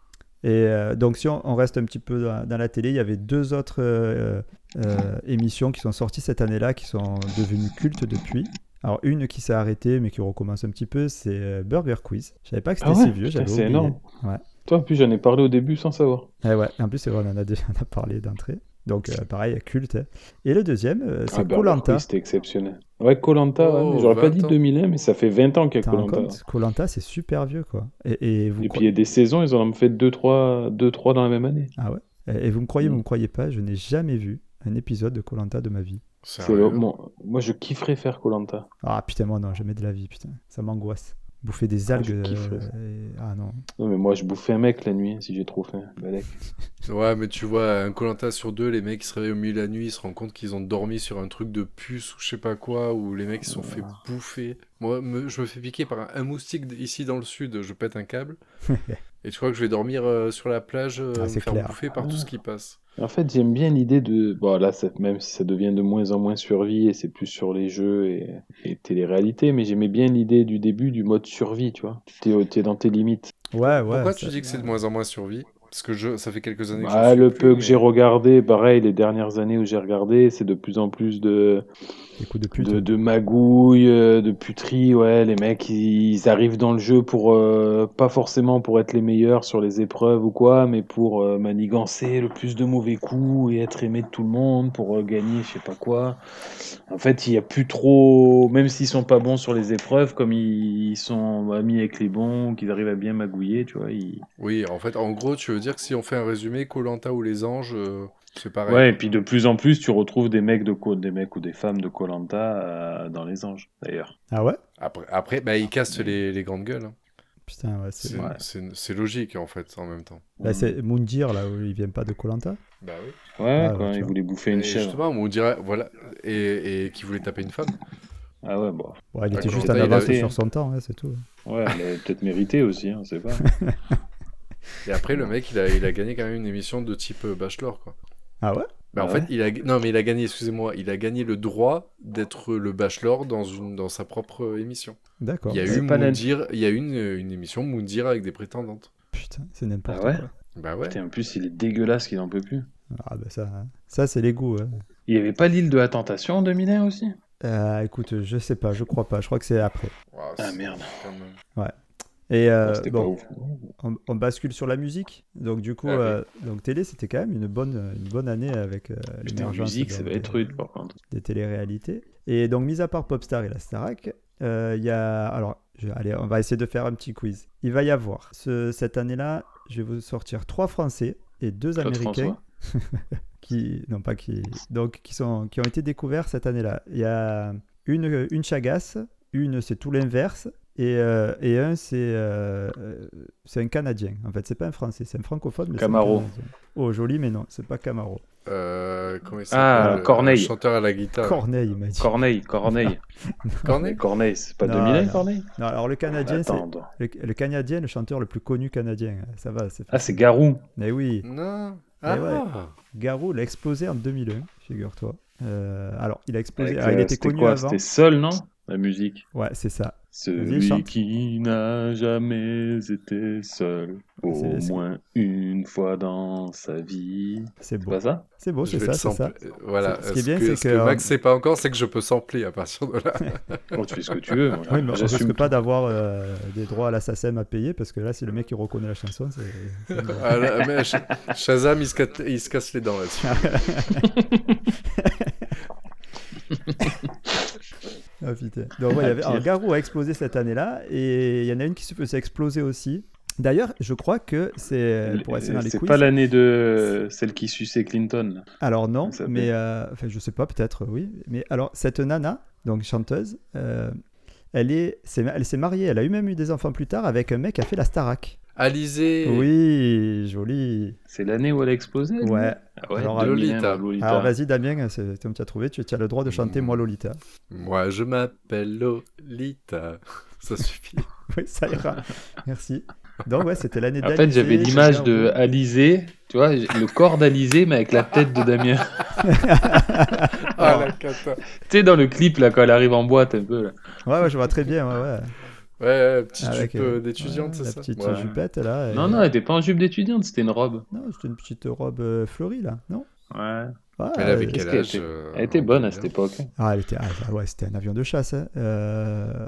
Speaker 2: Et euh, donc si on, on reste un petit peu dans, dans la télé, il y avait deux autres euh, euh, émissions qui sont sorties cette année-là, qui sont devenues cultes depuis. Alors une qui s'est arrêtée, mais qui recommence un petit peu, c'est euh, Burger Quiz. Je savais pas que
Speaker 4: Ah
Speaker 2: c'était
Speaker 4: ouais,
Speaker 2: si vieux,
Speaker 4: putain,
Speaker 2: j'avais
Speaker 4: c'est
Speaker 2: oublié.
Speaker 4: énorme.
Speaker 2: Ouais.
Speaker 4: Toi, en plus, j'en ai parlé au début sans savoir.
Speaker 2: Eh ouais, en plus c'est vrai, on en a déjà on a parlé d'entrée. Donc euh, pareil, culte. hein. Et le deuxième, euh,
Speaker 4: Ah,
Speaker 2: c'est
Speaker 4: bah,
Speaker 2: Colanta.
Speaker 4: oui, C'était exceptionnel. Ouais, Colanta,
Speaker 3: Oh,
Speaker 4: j'aurais pas
Speaker 3: 20
Speaker 4: dit
Speaker 3: ans.
Speaker 4: 2001, mais ça fait 20 ans qu'il y a
Speaker 2: T'en rends
Speaker 4: Colanta.
Speaker 2: compte Colanta, c'est super vieux quoi. Et, et vous
Speaker 4: Et
Speaker 2: cro-
Speaker 4: puis il y a des saisons, ils en ont fait 2-3 dans la même année.
Speaker 2: Ah ouais. Et, et vous me croyez, vous
Speaker 4: Mm.
Speaker 2: me croyez pas, je n'ai jamais vu un épisode de Colanta de ma vie.
Speaker 4: C'est le-
Speaker 3: Sérieux
Speaker 4: mon- Moi je kifferais faire Colanta.
Speaker 2: Ah putain, moi non, jamais de la vie, putain. Ça m'angoisse. Bouffer des
Speaker 4: Ah,
Speaker 2: algues.
Speaker 4: je kiffe,
Speaker 2: euh, et- Ah non.
Speaker 4: Non mais moi je bouffais un mec la nuit hein, si j'ai trop faim. Balek.
Speaker 3: Ouais, mais tu vois, un Colanta sur deux, les mecs qui se réveillent au milieu de la nuit, ils se rendent compte qu'ils ont dormi sur un truc de puce ou je sais pas quoi, ou les mecs se sont fait bouffer. Moi, me- je me fais piquer par un, un moustique d- ici dans le sud, je pète un câble. et tu crois que je vais dormir euh, sur la plage, euh,
Speaker 2: Ah,
Speaker 3: me
Speaker 2: c'est
Speaker 3: faire
Speaker 2: clair.
Speaker 3: bouffer par tout ce qui passe.
Speaker 4: En fait j'aime bien l'idée de... Bon là ça- même si ça devient de moins en moins survie et c'est plus sur les jeux et, et télé-réalité, mais j'aimais bien l'idée du début du mode survie, tu vois. T'es t'es dans tes limites.
Speaker 2: Ouais, ouais.
Speaker 3: Pourquoi
Speaker 2: ça-
Speaker 3: tu dis que c'est de moins en moins survie Parce que je, ça fait quelques années que
Speaker 4: Bah,
Speaker 3: je
Speaker 4: le peu que j'ai regardé, pareil, les dernières années où j'ai regardé, c'est de plus en plus de,
Speaker 2: Des coups de pute.
Speaker 4: de, de magouilles, euh, de puteries. Ouais, les mecs, ils, ils arrivent dans le jeu pour euh, pas forcément pour être les meilleurs sur les épreuves ou quoi, mais pour euh, manigancer le plus de mauvais coups et être aimé de tout le monde pour euh, gagner, je sais pas quoi. En fait, il y a plus trop, même s'ils sont pas bons sur les épreuves, comme ils, ils sont amis avec les bons, qu'ils arrivent à bien magouiller, tu vois. Ils...
Speaker 3: Oui, en fait, en gros, tu veux dire que si on fait un résumé, Colanta ou les anges, euh, c'est pareil.
Speaker 4: Ouais, et puis de plus en plus, tu retrouves des mecs de Co- des mecs ou des femmes de Colanta euh, dans les anges, d'ailleurs.
Speaker 2: Ah ouais
Speaker 3: Après, après bah, ils cassent les, les grandes gueules. hein.
Speaker 2: Putain, ouais, c'est.
Speaker 3: C'est
Speaker 4: vrai.
Speaker 3: c'est- c'est logique, en fait, en même temps.
Speaker 2: Là, Bah, c'est Moundir, là, où il vient pas de Colanta.
Speaker 3: Bah oui.
Speaker 4: Ouais,
Speaker 2: Ah,
Speaker 4: quand
Speaker 2: ouais, tu
Speaker 4: ils
Speaker 2: vois.
Speaker 4: voulaient bouffer une chèvre.
Speaker 3: justement, on dirait, voilà, et, et qui voulait taper une femme.
Speaker 4: Ah ouais, bon.
Speaker 2: Ouais, il
Speaker 3: Ouais,
Speaker 2: était juste en
Speaker 3: Colanta, il
Speaker 2: avance
Speaker 4: avait-
Speaker 2: sur son temps, ouais, c'est tout.
Speaker 4: Ouais, elle avait peut-être mérité aussi, hein, c'est pas.
Speaker 3: Et après, le mec, il a, il a gagné quand même une émission de type euh, Bachelor, quoi.
Speaker 2: Ah ouais
Speaker 3: Bah, en
Speaker 4: Ah ouais
Speaker 3: fait, il a, non, mais il a gagné, excusez-moi, il a gagné le droit d'être le Bachelor dans, une, dans sa propre euh, émission.
Speaker 2: D'accord.
Speaker 3: Il y a
Speaker 4: C'est
Speaker 3: eu
Speaker 4: pas la-
Speaker 3: Moundir, il y a eu une, euh, une émission Moundir avec des prétendantes.
Speaker 2: Putain, c'est n'importe
Speaker 4: Ah ouais
Speaker 2: quoi.
Speaker 3: Bah ouais.
Speaker 4: Putain, en plus, il est dégueulasse qu'il en peut plus.
Speaker 2: Ah bah ça, hein. ça c'est les goûts. hein.
Speaker 4: Il y avait pas l'île de la tentation en 2001 aussi
Speaker 2: Euh, écoute, je sais pas, je crois pas, je crois que c'est après.
Speaker 3: Ouah,
Speaker 4: Ah
Speaker 3: c'est-
Speaker 4: merde.
Speaker 3: quand même.
Speaker 2: Et euh,
Speaker 4: Non, C'était pas
Speaker 2: bon,
Speaker 4: ouf.
Speaker 2: on, on bascule sur la musique. Donc du coup,
Speaker 3: Ah oui.
Speaker 2: euh, donc télé, c'était quand même une bonne, une bonne année avec euh,
Speaker 4: Putain,
Speaker 2: l'émergence
Speaker 4: musique, ça
Speaker 2: des-
Speaker 4: va être rude par contre.
Speaker 2: des téléréalités. Et donc, mis à part Popstar et la Starac, euh, il y a. Alors, je- allez, on va essayer de faire un petit quiz. Il va y avoir, ce- cette année-là, je vais vous sortir trois Français et deux
Speaker 4: Claude
Speaker 2: Américains
Speaker 4: François.
Speaker 2: qui. Non, pas qui. Donc, qui, sont, qui ont été découverts cette année-là. Il y a une, une Chagasse, une, c'est tout l'inverse. Et, euh, et un, c'est euh, euh, c'est un Canadien. En fait, c'est pas un Français, c'est un francophone. mais c'est un
Speaker 4: Camaro.
Speaker 2: Canadien. Oh, joli, mais non, c'est pas Camaro.
Speaker 3: Euh, comment il
Speaker 4: Ah,
Speaker 3: s'appelle, euh,
Speaker 4: Corneille.
Speaker 3: le Chanteur à la
Speaker 4: Euh,
Speaker 3: guitare.
Speaker 2: Corneille, il m'a dit.
Speaker 4: Corneille, Corneille.
Speaker 3: Corneille
Speaker 4: Corneille, c'est pas
Speaker 2: Non,
Speaker 4: 2001
Speaker 2: non.
Speaker 4: Corneille
Speaker 2: Non, alors le Canadien, c'est
Speaker 4: Attends, attends.
Speaker 2: Le, le Canadien, le chanteur le plus connu canadien, hein, ça va. c'est
Speaker 4: Ah, c'est Garou.
Speaker 2: Mais oui,
Speaker 3: Non.
Speaker 2: Mais
Speaker 3: Ah,
Speaker 2: Garou l'a explosé en 2001, figure-toi. Euh, alors, il a explosé.
Speaker 4: Avec,
Speaker 2: ah, il
Speaker 4: euh,
Speaker 2: était
Speaker 4: C'était
Speaker 2: connu
Speaker 4: quoi
Speaker 2: avant.
Speaker 4: C'était seul, non La musique.
Speaker 2: Ouais, c'est ça. Vas-y,
Speaker 4: Celui
Speaker 2: chante.
Speaker 4: qui n'a jamais été seul, au
Speaker 2: C'est- c'est-
Speaker 4: moins une fois dans sa vie.
Speaker 2: C'est
Speaker 4: C'est
Speaker 2: beau.
Speaker 4: pas ça
Speaker 2: C'est beau,
Speaker 3: Je
Speaker 2: c'est
Speaker 3: vais
Speaker 2: ça,
Speaker 3: le
Speaker 2: c'est ça.
Speaker 3: sampler. Euh, Voilà.
Speaker 2: C'est- ce qui est bien,
Speaker 3: que-
Speaker 2: c'est
Speaker 3: ce
Speaker 2: que- euh,
Speaker 3: que Max sait pas encore, c'est que je peux sampler à partir de là.
Speaker 4: Oh, Tu fais ce que tu veux. moi.
Speaker 2: Oui, mais on
Speaker 4: J'assume
Speaker 2: risque pas d'avoir euh, des droits à la SACEM à payer parce que là, si le mec il reconnaît la chanson, c'est. c'est une blague.
Speaker 3: Ah, là, mais Sh- Shazam, il se, cat- il se casse les dents là-dessus.
Speaker 2: Ah, putain. Donc, ouais, il y avait-
Speaker 4: Ah, pire.
Speaker 2: alors, Garou a explosé cette année-là et il y en a une qui se faisait exploser aussi. D'ailleurs, je crois que c'est. Euh, Pour essayer dans les
Speaker 4: C'est
Speaker 2: quiz.
Speaker 4: pas l'année de celle qui suçait Clinton. là.
Speaker 2: Alors non,
Speaker 4: Ça
Speaker 2: mais
Speaker 4: fait-
Speaker 2: euh, enfin, je sais pas, peut-être oui. Mais alors cette nana, donc chanteuse, euh, elle est, c'est- elle s'est mariée, elle a eu même eu des enfants plus tard avec un mec qui a fait la Starac.
Speaker 3: Alizé.
Speaker 2: Oui, joli.
Speaker 4: C'est l'année où elle a explosé elle,
Speaker 2: Ouais.
Speaker 4: Ah ouais,
Speaker 2: Alors,
Speaker 4: 2001,
Speaker 3: Lolita.
Speaker 4: Lolita.
Speaker 2: Alors vas-y Damien, c'est comme tu as trouvé, tu, tu as le droit de chanter
Speaker 3: Mm.
Speaker 2: Moi Lolita.
Speaker 3: Moi, je m'appelle Lolita. Ça suffit.
Speaker 2: Oui, ça ira. Merci. Donc ouais, c'était l'année
Speaker 4: en fait,
Speaker 2: d'Alizée,
Speaker 4: j'avais l'image
Speaker 2: Garou.
Speaker 4: de Alizé, tu vois, j'ai- le corps d'Alizé, mais avec la tête de Damien.
Speaker 3: Ah, la cata. Ouais,
Speaker 4: tu sais, dans le clip, là, quand elle arrive en boîte, un peu, là.
Speaker 2: Ouais, ouais, je vois très bien. Ouais, ouais.
Speaker 3: ouais, petite
Speaker 2: Avec,
Speaker 3: jupe
Speaker 2: euh,
Speaker 3: euh, d'étudiante,
Speaker 2: Ouais,
Speaker 3: c'est
Speaker 2: la
Speaker 3: ça
Speaker 2: petite euh,
Speaker 4: Ouais.
Speaker 2: jupette là. et-
Speaker 4: Non, non, elle était pas en jupe d'étudiante, c'était une robe.
Speaker 2: Non, c'était une petite robe euh, fleurie là, non
Speaker 4: Ouais.
Speaker 2: Ouais,
Speaker 3: Elle avait
Speaker 2: euh,
Speaker 3: quel
Speaker 4: qu'elle
Speaker 3: âge
Speaker 4: était-
Speaker 3: euh,
Speaker 4: Elle était bonne à cette
Speaker 3: Mais
Speaker 4: époque. hein.
Speaker 2: Ah, elle était, ah, bah ouais, c'était un avion de chasse. hein. Euh,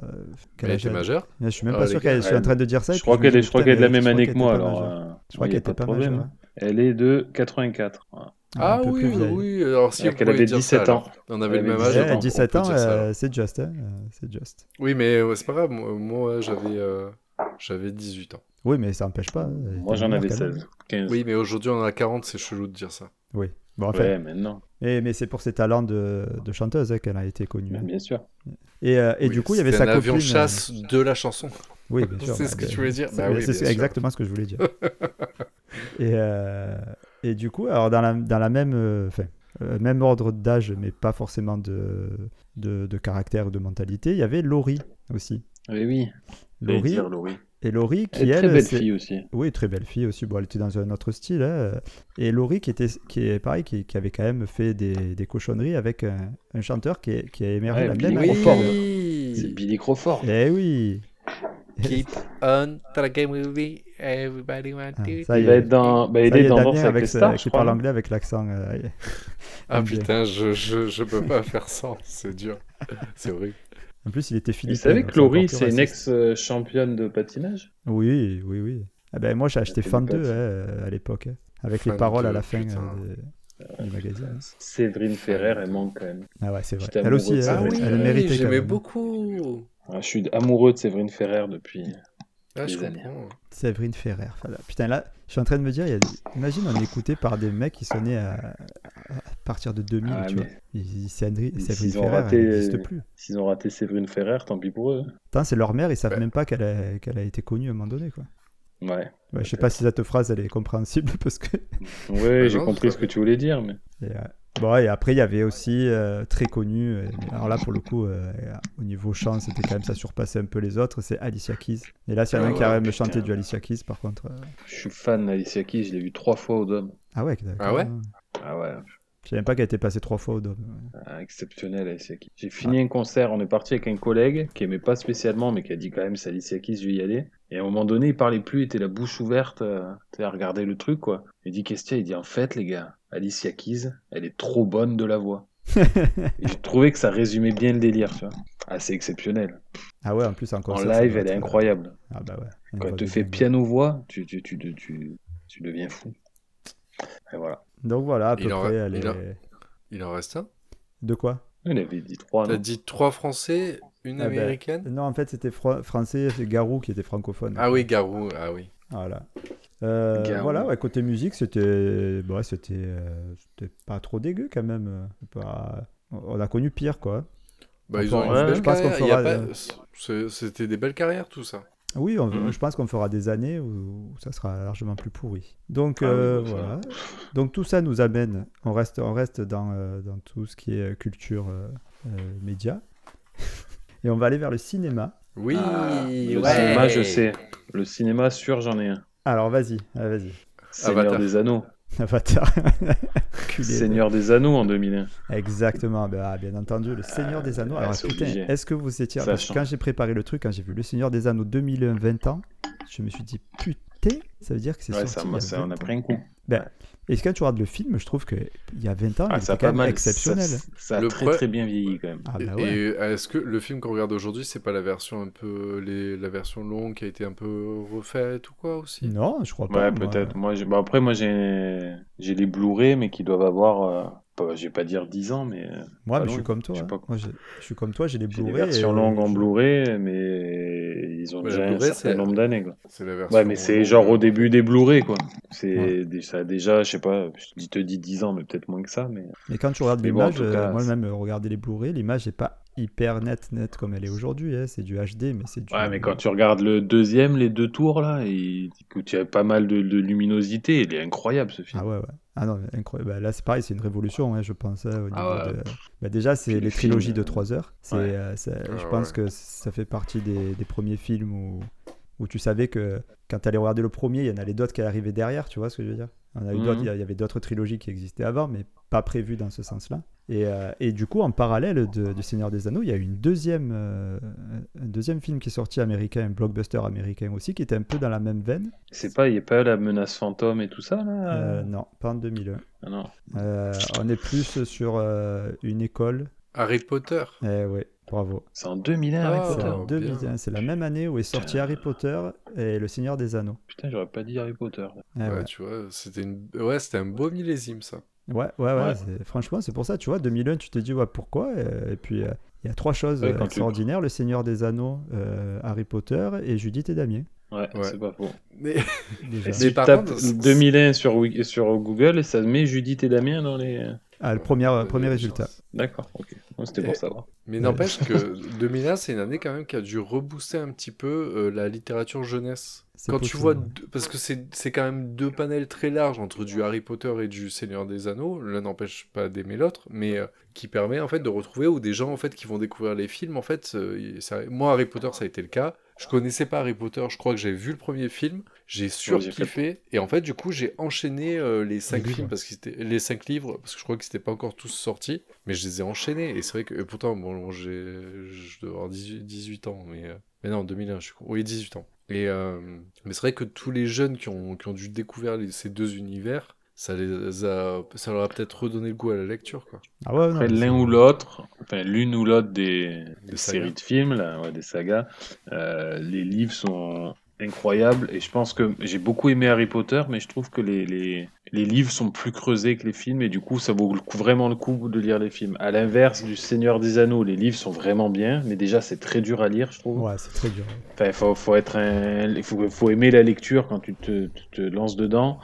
Speaker 2: quel
Speaker 3: Elle
Speaker 2: âge
Speaker 3: était
Speaker 2: elle-
Speaker 3: majeure
Speaker 2: Je suis même
Speaker 3: Oh,
Speaker 2: pas
Speaker 3: les
Speaker 2: sûr
Speaker 3: gars,
Speaker 2: qu'elle je suis en
Speaker 4: elle-
Speaker 2: train de dire ça. et
Speaker 4: Je
Speaker 2: puis
Speaker 4: crois
Speaker 2: me
Speaker 4: qu'elle
Speaker 2: dis,
Speaker 4: est, je crois
Speaker 2: putain,
Speaker 4: qu'elle est de la
Speaker 2: mais
Speaker 4: même année que
Speaker 2: je crois
Speaker 4: moi,
Speaker 2: qu'elle était pas
Speaker 4: alors.
Speaker 2: majeure.
Speaker 4: euh,
Speaker 2: Je crois
Speaker 4: oui,
Speaker 2: qu'elle
Speaker 4: y a
Speaker 2: était
Speaker 4: pas
Speaker 2: pas
Speaker 4: de problème.
Speaker 2: majeure. hein.
Speaker 4: Elle est de 84. voilà.
Speaker 2: Ah,
Speaker 3: Ah,
Speaker 2: un peu
Speaker 3: oui,
Speaker 2: plus vieille.
Speaker 3: oui. Alors, si
Speaker 4: Alors
Speaker 3: on
Speaker 4: qu'elle avait
Speaker 3: pouvait dire
Speaker 4: 17
Speaker 3: ça,
Speaker 4: ans.
Speaker 3: alors. On avait
Speaker 4: Elle
Speaker 3: le même
Speaker 4: avait
Speaker 3: âge.
Speaker 4: 17
Speaker 2: Ouais,
Speaker 3: on- on
Speaker 2: 17
Speaker 3: peut
Speaker 2: ans,
Speaker 3: dire ça,
Speaker 2: euh,
Speaker 3: alors.
Speaker 2: c'est juste. hein, euh, c'est juste.
Speaker 3: Oui, mais euh, c'est pas grave. Moi, moi, j'avais euh, j'avais 18 ans.
Speaker 2: Oui, mais ça n'empêche pas. elle était
Speaker 4: Moi, j'en
Speaker 2: mineure
Speaker 4: avais
Speaker 2: quand même.
Speaker 4: 16. 15.
Speaker 3: Oui, mais aujourd'hui, on en a 40. C'est chelou de dire ça.
Speaker 2: Oui. Bon, enfin,
Speaker 4: Ouais, maintenant.
Speaker 2: mais, mais c'est pour ses talents de, de chanteuse hein, qu'elle a été connue. hein.
Speaker 4: Bien sûr.
Speaker 2: Et, euh, et
Speaker 3: Oui,
Speaker 2: du coup, il y avait
Speaker 3: c'était
Speaker 2: sa
Speaker 3: un avion
Speaker 2: copine. euh,
Speaker 3: chasse de la chanson.
Speaker 2: Oui, bien sûr.
Speaker 3: C'est ce que
Speaker 2: bah,
Speaker 3: tu voulais dire.
Speaker 2: C'est
Speaker 3: Bah oui,
Speaker 2: c'est
Speaker 3: bien
Speaker 2: ce-
Speaker 3: sûr.
Speaker 2: exactement ce que je voulais dire. et, euh, et du coup, alors dans la, dans la même, euh, enfin, euh, même ordre d'âge, mais pas forcément de, de, de caractère ou de mentalité, il y avait Laurie aussi.
Speaker 4: Oui, oui. J'allais
Speaker 2: Laurie,
Speaker 4: dire Laurie.
Speaker 2: et Laurie qui
Speaker 4: Elle est
Speaker 2: elle,
Speaker 4: très belle
Speaker 2: c'est-
Speaker 4: fille aussi.
Speaker 2: oui, très belle fille aussi. Bon, elle était dans un autre style. hein. Et Laurie, qui, était, qui est pareil, qui, qui avait quand même fait des, des cochonneries avec un, un chanteur qui, est- qui a émergé
Speaker 4: Ouais,
Speaker 2: la
Speaker 4: Billy
Speaker 2: même
Speaker 4: Oui.
Speaker 2: année.
Speaker 4: C'est Billy Crawford.
Speaker 2: Eh oui
Speaker 3: Keep on to the game with me, everybody want
Speaker 2: Ah,
Speaker 3: to.
Speaker 2: ça
Speaker 4: Il
Speaker 2: y
Speaker 4: va
Speaker 2: est.
Speaker 4: être dans, bah, il
Speaker 2: Ça y
Speaker 4: est
Speaker 2: est,
Speaker 4: dans
Speaker 2: Damien
Speaker 4: Danse avec les
Speaker 2: avec ce-
Speaker 4: stars, je
Speaker 2: qui
Speaker 4: crois.
Speaker 2: parle anglais avec l'accent. euh,
Speaker 3: Ah
Speaker 2: Bien.
Speaker 3: putain, je, je, je peux pas faire sans, c'est dur. C'est horrible.
Speaker 2: En plus, il était
Speaker 4: Vous
Speaker 2: philippin.
Speaker 4: savez
Speaker 2: donc
Speaker 4: que Laurie,
Speaker 2: euh, encore plus
Speaker 4: c'est une
Speaker 2: raciste.
Speaker 4: ex-championne de patinage
Speaker 2: Oui, oui, oui. Ah ben, moi, j'ai acheté
Speaker 4: fait
Speaker 2: Fan
Speaker 4: des
Speaker 2: 2
Speaker 4: potes.
Speaker 2: hein, euh, à l'époque, hein, avec
Speaker 3: Fan
Speaker 2: les paroles à
Speaker 3: 2,
Speaker 2: la fin
Speaker 3: putain.
Speaker 2: euh, de- du magazine.
Speaker 4: Séverine Ferrer, elle manque quand même.
Speaker 2: Ah ouais, c'est vrai.
Speaker 4: Ah, J'étais
Speaker 2: Elle
Speaker 4: amoureux
Speaker 2: aussi,
Speaker 4: de ça, Ah
Speaker 2: elle,
Speaker 4: oui.
Speaker 2: elle méritait. quand
Speaker 3: j'aimais
Speaker 2: même.
Speaker 3: beaucoup.
Speaker 4: Ah, je suis amoureux de Séverine Ferrer depuis.
Speaker 3: Ah, je
Speaker 4: Les années.
Speaker 3: comprends.
Speaker 2: Séverine Ferrer. voilà. Putain, là, je suis en train de me dire, il y a des- imagine on est écouté par des mecs qui sont nés à, à partir de 2000,
Speaker 4: Ah,
Speaker 2: tu
Speaker 4: mais
Speaker 2: vois. Ils- ils- c'est Andri-
Speaker 4: Ils-
Speaker 2: Séverine
Speaker 4: ils ont
Speaker 2: Ferrer,
Speaker 4: raté-
Speaker 2: elle n'existe plus.
Speaker 4: S'ils ont raté Séverine Ferrer, tant pis pour eux.
Speaker 2: Putain, c'est leur mère, ils savent
Speaker 3: Ouais.
Speaker 2: même pas qu'elle a, qu'elle a été connue à un moment donné, quoi.
Speaker 4: Ouais.
Speaker 2: Ouais, je sais pas si cette phrase, elle est compréhensible, parce que...
Speaker 4: Ouais,
Speaker 3: Ah
Speaker 4: j'ai
Speaker 3: non,
Speaker 4: compris
Speaker 3: ça-
Speaker 4: ce que tu voulais dire, mais.
Speaker 2: Et, euh, bon, et après, il y avait aussi, euh, très connu, euh, mais alors là, pour le coup, euh, au niveau chant, c'était quand même, ça surpassait un peu les autres, c'est Alicia Keys. Et là, s'il y en a
Speaker 3: Ah
Speaker 2: un qui
Speaker 3: ouais,
Speaker 2: arrête de
Speaker 4: putain.
Speaker 2: chanter du Alicia Keys, par contre... euh,
Speaker 4: Je suis fan d'Alicia Keys, je l'ai vu trois fois au Dôme.
Speaker 2: Ah ouais, d'accord.
Speaker 3: Ah ouais
Speaker 4: Ah ouais,
Speaker 2: Je savais même pas qu'elle était passée trois fois au Dôme. ouais.
Speaker 4: ah, exceptionnel Alicia Keys.
Speaker 2: Ah.
Speaker 4: J'ai fini un concert, on est parti avec un collègue qui aimait pas spécialement, mais qui a dit quand même c'est Alicia Keys, je vais y aller. Et à un moment donné, il parlait plus, il était la bouche ouverte, euh, tu sais, à regarder le truc quoi. Il dit qu'est-ce qu'il y a Il dit en fait les gars, Alicia Keys, elle est trop bonne de la voix. Et je trouvais que ça résumait bien le délire, tu vois. Ah c'est exceptionnel.
Speaker 2: Ah ouais, en plus, en
Speaker 4: En
Speaker 2: concert, ça
Speaker 4: live,
Speaker 2: doit
Speaker 4: elle est
Speaker 2: être-
Speaker 4: incroyable.
Speaker 2: Ah bah ouais. Une
Speaker 4: Quand
Speaker 2: voix
Speaker 4: elle te
Speaker 2: de
Speaker 4: fait
Speaker 2: dingue.
Speaker 4: piano voix, tu tu tu tu tu, tu deviens fou. Et voilà.
Speaker 2: Donc voilà, à
Speaker 3: Il
Speaker 2: peu
Speaker 3: en-
Speaker 2: près, elle
Speaker 3: il en-
Speaker 2: est...
Speaker 3: Il en reste un
Speaker 2: De quoi
Speaker 4: Il avait dit trois.
Speaker 3: T'as
Speaker 4: non
Speaker 3: dit trois français, une
Speaker 2: Ah ben.
Speaker 3: américaine
Speaker 2: Non, en fait, c'était fro- français, c'est Garou qui était francophone.
Speaker 3: Ah oui, Garou, ah oui.
Speaker 2: Voilà. Euh,
Speaker 4: Garou.
Speaker 2: voilà, ouais, côté musique, c'était bon, ouais, c'était euh, c'était pas trop dégueu quand même. euh, c'est Pas... On a connu pire, quoi.
Speaker 3: Bah, ils
Speaker 2: Encore,
Speaker 3: ont
Speaker 4: ouais,
Speaker 3: une
Speaker 2: je
Speaker 3: belle
Speaker 2: pense qu'on
Speaker 3: carrière. il y a
Speaker 2: fera,
Speaker 3: pas-
Speaker 2: euh,
Speaker 3: c'est- C'était des belles carrières, tout ça.
Speaker 2: Oui, on-
Speaker 4: Mhm.
Speaker 2: je pense qu'on fera des années où, où ça sera largement plus pourri. Donc,
Speaker 4: Ah oui,
Speaker 2: euh,
Speaker 4: bah, ça.
Speaker 2: voilà. Donc, tout ça nous amène, on reste, on reste dans, euh, dans tout ce qui est euh, culture euh, euh, média. Et on va aller vers le cinéma.
Speaker 3: Oui,
Speaker 4: Ah, le
Speaker 3: ouais.
Speaker 4: cinéma, je sais. Le cinéma, sûr, j'en ai un.
Speaker 2: Alors, vas-y, ah, vas-y.
Speaker 4: Seigneur
Speaker 3: Avatar.
Speaker 4: des Anneaux.
Speaker 2: Avatar. Culé.
Speaker 4: Seigneur des Anneaux en 2001.
Speaker 2: Exactement, ben, ah, bien entendu, le Seigneur des Anneaux.
Speaker 4: ah,
Speaker 2: Alors
Speaker 4: c'est
Speaker 2: putain,
Speaker 4: obligé.
Speaker 2: est-ce que vous étiez...
Speaker 4: Ça
Speaker 2: parce que
Speaker 4: change.
Speaker 2: quand j'ai préparé le truc, quand j'ai vu le Seigneur des Anneaux 2001, 20 ans, je me suis dit putain, ça veut dire que c'est
Speaker 4: Ouais,
Speaker 2: sorti
Speaker 4: ça,
Speaker 2: il y
Speaker 4: m'a-
Speaker 2: a
Speaker 4: ça, on a
Speaker 2: 20 ans. Ah,
Speaker 4: pris un coup.
Speaker 2: Et quand tu regardes le film, je trouve qu'il y a 20 ans,
Speaker 4: Ah,
Speaker 2: il
Speaker 4: ça a
Speaker 2: était
Speaker 4: pas
Speaker 2: quand même
Speaker 4: mal.
Speaker 2: exceptionnel.
Speaker 4: Ça, ça a
Speaker 3: Le
Speaker 4: très
Speaker 3: pre-
Speaker 4: très bien vieilli quand même.
Speaker 2: Ah
Speaker 3: Et-
Speaker 2: bah ouais.
Speaker 3: Et euh, est-ce que le film qu'on regarde aujourd'hui, c'est pas la version un peu les... la version longue qui a été un peu refaite ou quoi aussi
Speaker 2: Non, je crois pas.
Speaker 4: euh, Ouais,
Speaker 2: moi.
Speaker 4: peut-être. Moi, j'ai- bah, après, moi, j'ai j'ai les Blu-ray, mais qui doivent avoir, euh, pas- je vais pas dire 10 ans, mais euh,
Speaker 2: Moi,
Speaker 4: Ah
Speaker 2: mais je
Speaker 4: non,
Speaker 2: suis comme toi.
Speaker 4: je sais
Speaker 2: hein.
Speaker 4: pas.
Speaker 2: Moi, j'ai- je suis comme toi, j'ai les
Speaker 4: j'ai les
Speaker 2: Blu-ray.
Speaker 4: versions
Speaker 2: et- euh,
Speaker 4: longues en Blu-ray, mais ils ont
Speaker 3: Mais
Speaker 4: déjà
Speaker 3: le
Speaker 4: un
Speaker 3: Blu-ray,
Speaker 4: certain
Speaker 3: c'est-
Speaker 4: nombre d'années. quoi.
Speaker 3: C'est la version. euh,
Speaker 4: Ouais, mais c'est genre au début des Blu-ray, quoi. C'est
Speaker 2: Ouais.
Speaker 4: des- ça a déjà, je sais pas, je te dis 10 ans, mais peut-être moins que ça, mais.
Speaker 2: Mais quand tu regardes
Speaker 4: Mais bon, en
Speaker 2: l'image,
Speaker 4: tout cas,
Speaker 2: euh, moi-même, euh, regarder les Blu-ray, l'image n'est pas hyper nette, nette comme elle est aujourd'hui. hein. C'est du HD, mais c'est du.
Speaker 4: Ouais, mais quand tu regardes le deuxième, les deux tours, là, il y a pas mal de, de luminosité. Il est incroyable, ce film.
Speaker 2: Ah ouais, ouais. Ah non, mais incroyable. Bah, là, c'est pareil, c'est une révolution, hein, je pense. hein, au niveau
Speaker 4: Ah ouais.
Speaker 2: de- bah, déjà, c'est
Speaker 4: Puis
Speaker 2: les,
Speaker 4: les
Speaker 2: trilogies
Speaker 4: films,
Speaker 2: de
Speaker 4: euh,
Speaker 2: 3 heures. C'est,
Speaker 4: ouais.
Speaker 2: euh, c'est- je
Speaker 3: Ah
Speaker 2: pense
Speaker 3: ouais.
Speaker 2: que ça fait partie des, des premiers films où, où tu savais que quand tu allais regarder le premier, il y en allait d'autres qui arrivaient derrière, tu vois ce que je veux dire On a eu
Speaker 4: Mhm.
Speaker 2: d'autres- Il y a- il y avait d'autres trilogies qui existaient avant, mais pas prévues dans ce sens-là. Et, euh, et du coup, en parallèle de, du Seigneur des Anneaux, il y a eu une deuxième, euh, un deuxième film qui est sorti américain, un blockbuster américain aussi, qui était un peu dans la même veine.
Speaker 4: C'est pas, il n'y a pas la menace fantôme et tout ça, là
Speaker 2: Euh, non, pas en 2001.
Speaker 4: Ah Non.
Speaker 2: Euh, on est plus sur euh, une école.
Speaker 3: Harry Potter.
Speaker 2: Eh ouais, bravo.
Speaker 4: C'est en 2001, Harry
Speaker 3: Ah,
Speaker 2: C'est
Speaker 4: Potter.
Speaker 2: en 2001,
Speaker 3: bien.
Speaker 2: c'est la même année où est sorti Harry Potter et Le Seigneur des Anneaux.
Speaker 4: Putain, j'aurais pas dit Harry Potter.
Speaker 2: Eh
Speaker 3: Ouais,
Speaker 2: ouais.
Speaker 3: tu vois, c'était une... ouais, c'était un beau millésime ça.
Speaker 2: Ouais, ouais, ouais,
Speaker 4: Ouais.
Speaker 2: c'est- Franchement, c'est pour ça, tu vois, 2001, tu te dis, ouais, pourquoi euh, Et puis, euh, il y a trois choses
Speaker 4: Ouais,
Speaker 2: euh,
Speaker 4: quand tu-
Speaker 2: extraordinaires Le Seigneur des Anneaux, euh, Harry Potter et Judith et Damien.
Speaker 4: Ouais,
Speaker 3: Ouais.
Speaker 4: c'est pas faux.
Speaker 3: Mais
Speaker 2: déjà.
Speaker 4: Et
Speaker 3: c'est-
Speaker 4: tu
Speaker 3: par
Speaker 4: tapes
Speaker 3: contre, c'est-
Speaker 4: 2001 sur, Wiki- sur Google et ça met Judith et Damien dans les.
Speaker 2: Ah, le premier,
Speaker 3: Euh,
Speaker 2: premier
Speaker 3: euh,
Speaker 2: résultat.
Speaker 3: chance.
Speaker 4: D'accord, ok. Non, C'était
Speaker 3: Et-
Speaker 4: pour savoir.
Speaker 3: Mais n'empêche que 2001, c'est une année quand même qui a dû rebooster un petit peu euh, la littérature jeunesse.
Speaker 2: C'est hein.
Speaker 3: Quand tu
Speaker 2: possible,
Speaker 3: vois,
Speaker 2: ouais.
Speaker 3: deux- parce que c'est c'est quand même deux panels très larges entre du Harry Potter et du Seigneur des Anneaux, l'un n'empêche pas d'aimer l'autre, mais euh, qui permet en fait de retrouver ou des gens en fait qui vont découvrir les films. En fait, euh, il- ça- moi Harry Potter, ça a été le cas. Je connaissais pas Harry Potter, je crois que j'ai vu le premier film, j'ai
Speaker 4: j'ai fait-
Speaker 3: surkiffé, et en fait du coup j'ai enchaîné euh, les cinq
Speaker 2: livres.
Speaker 3: films parce que les cinq livres parce que je crois qu'ils n'étaient pas encore tous sortis. Mais je les ai enchaînés. Et c'est vrai que et pourtant, bon, bon, j'ai, je dois avoir 18, 18 ans, mais euh, Mais non, 2001, je suis con. Oui, 18 ans. Et, euh, mais c'est vrai que tous les jeunes qui ont, qui ont dû découvrir les- ces deux univers, ça, les a, ça leur a peut-être redonné le goût à la lecture. Quoi.
Speaker 2: Ah ouais, non,
Speaker 4: Après,
Speaker 2: mais
Speaker 4: l'un
Speaker 2: c'est-
Speaker 4: ou l'autre, enfin, l'une ou l'autre des,
Speaker 3: Des
Speaker 4: des
Speaker 3: sagas.
Speaker 4: séries de films, là, ouais, des sagas, euh, les livres sont incroyables et je pense que j'ai beaucoup aimé Harry Potter, mais je trouve que les, les, les livres sont plus creusés que les films et du coup, ça vaut le coup- vraiment le coup de lire les films. À l'inverse du Seigneur des Anneaux, les livres sont vraiment bien, mais déjà, c'est très dur à lire, je trouve.
Speaker 2: Ouais, c'est très dur.
Speaker 4: Enfin, faut, faut être un- il faut, faut aimer la lecture quand tu te, tu te lances dedans.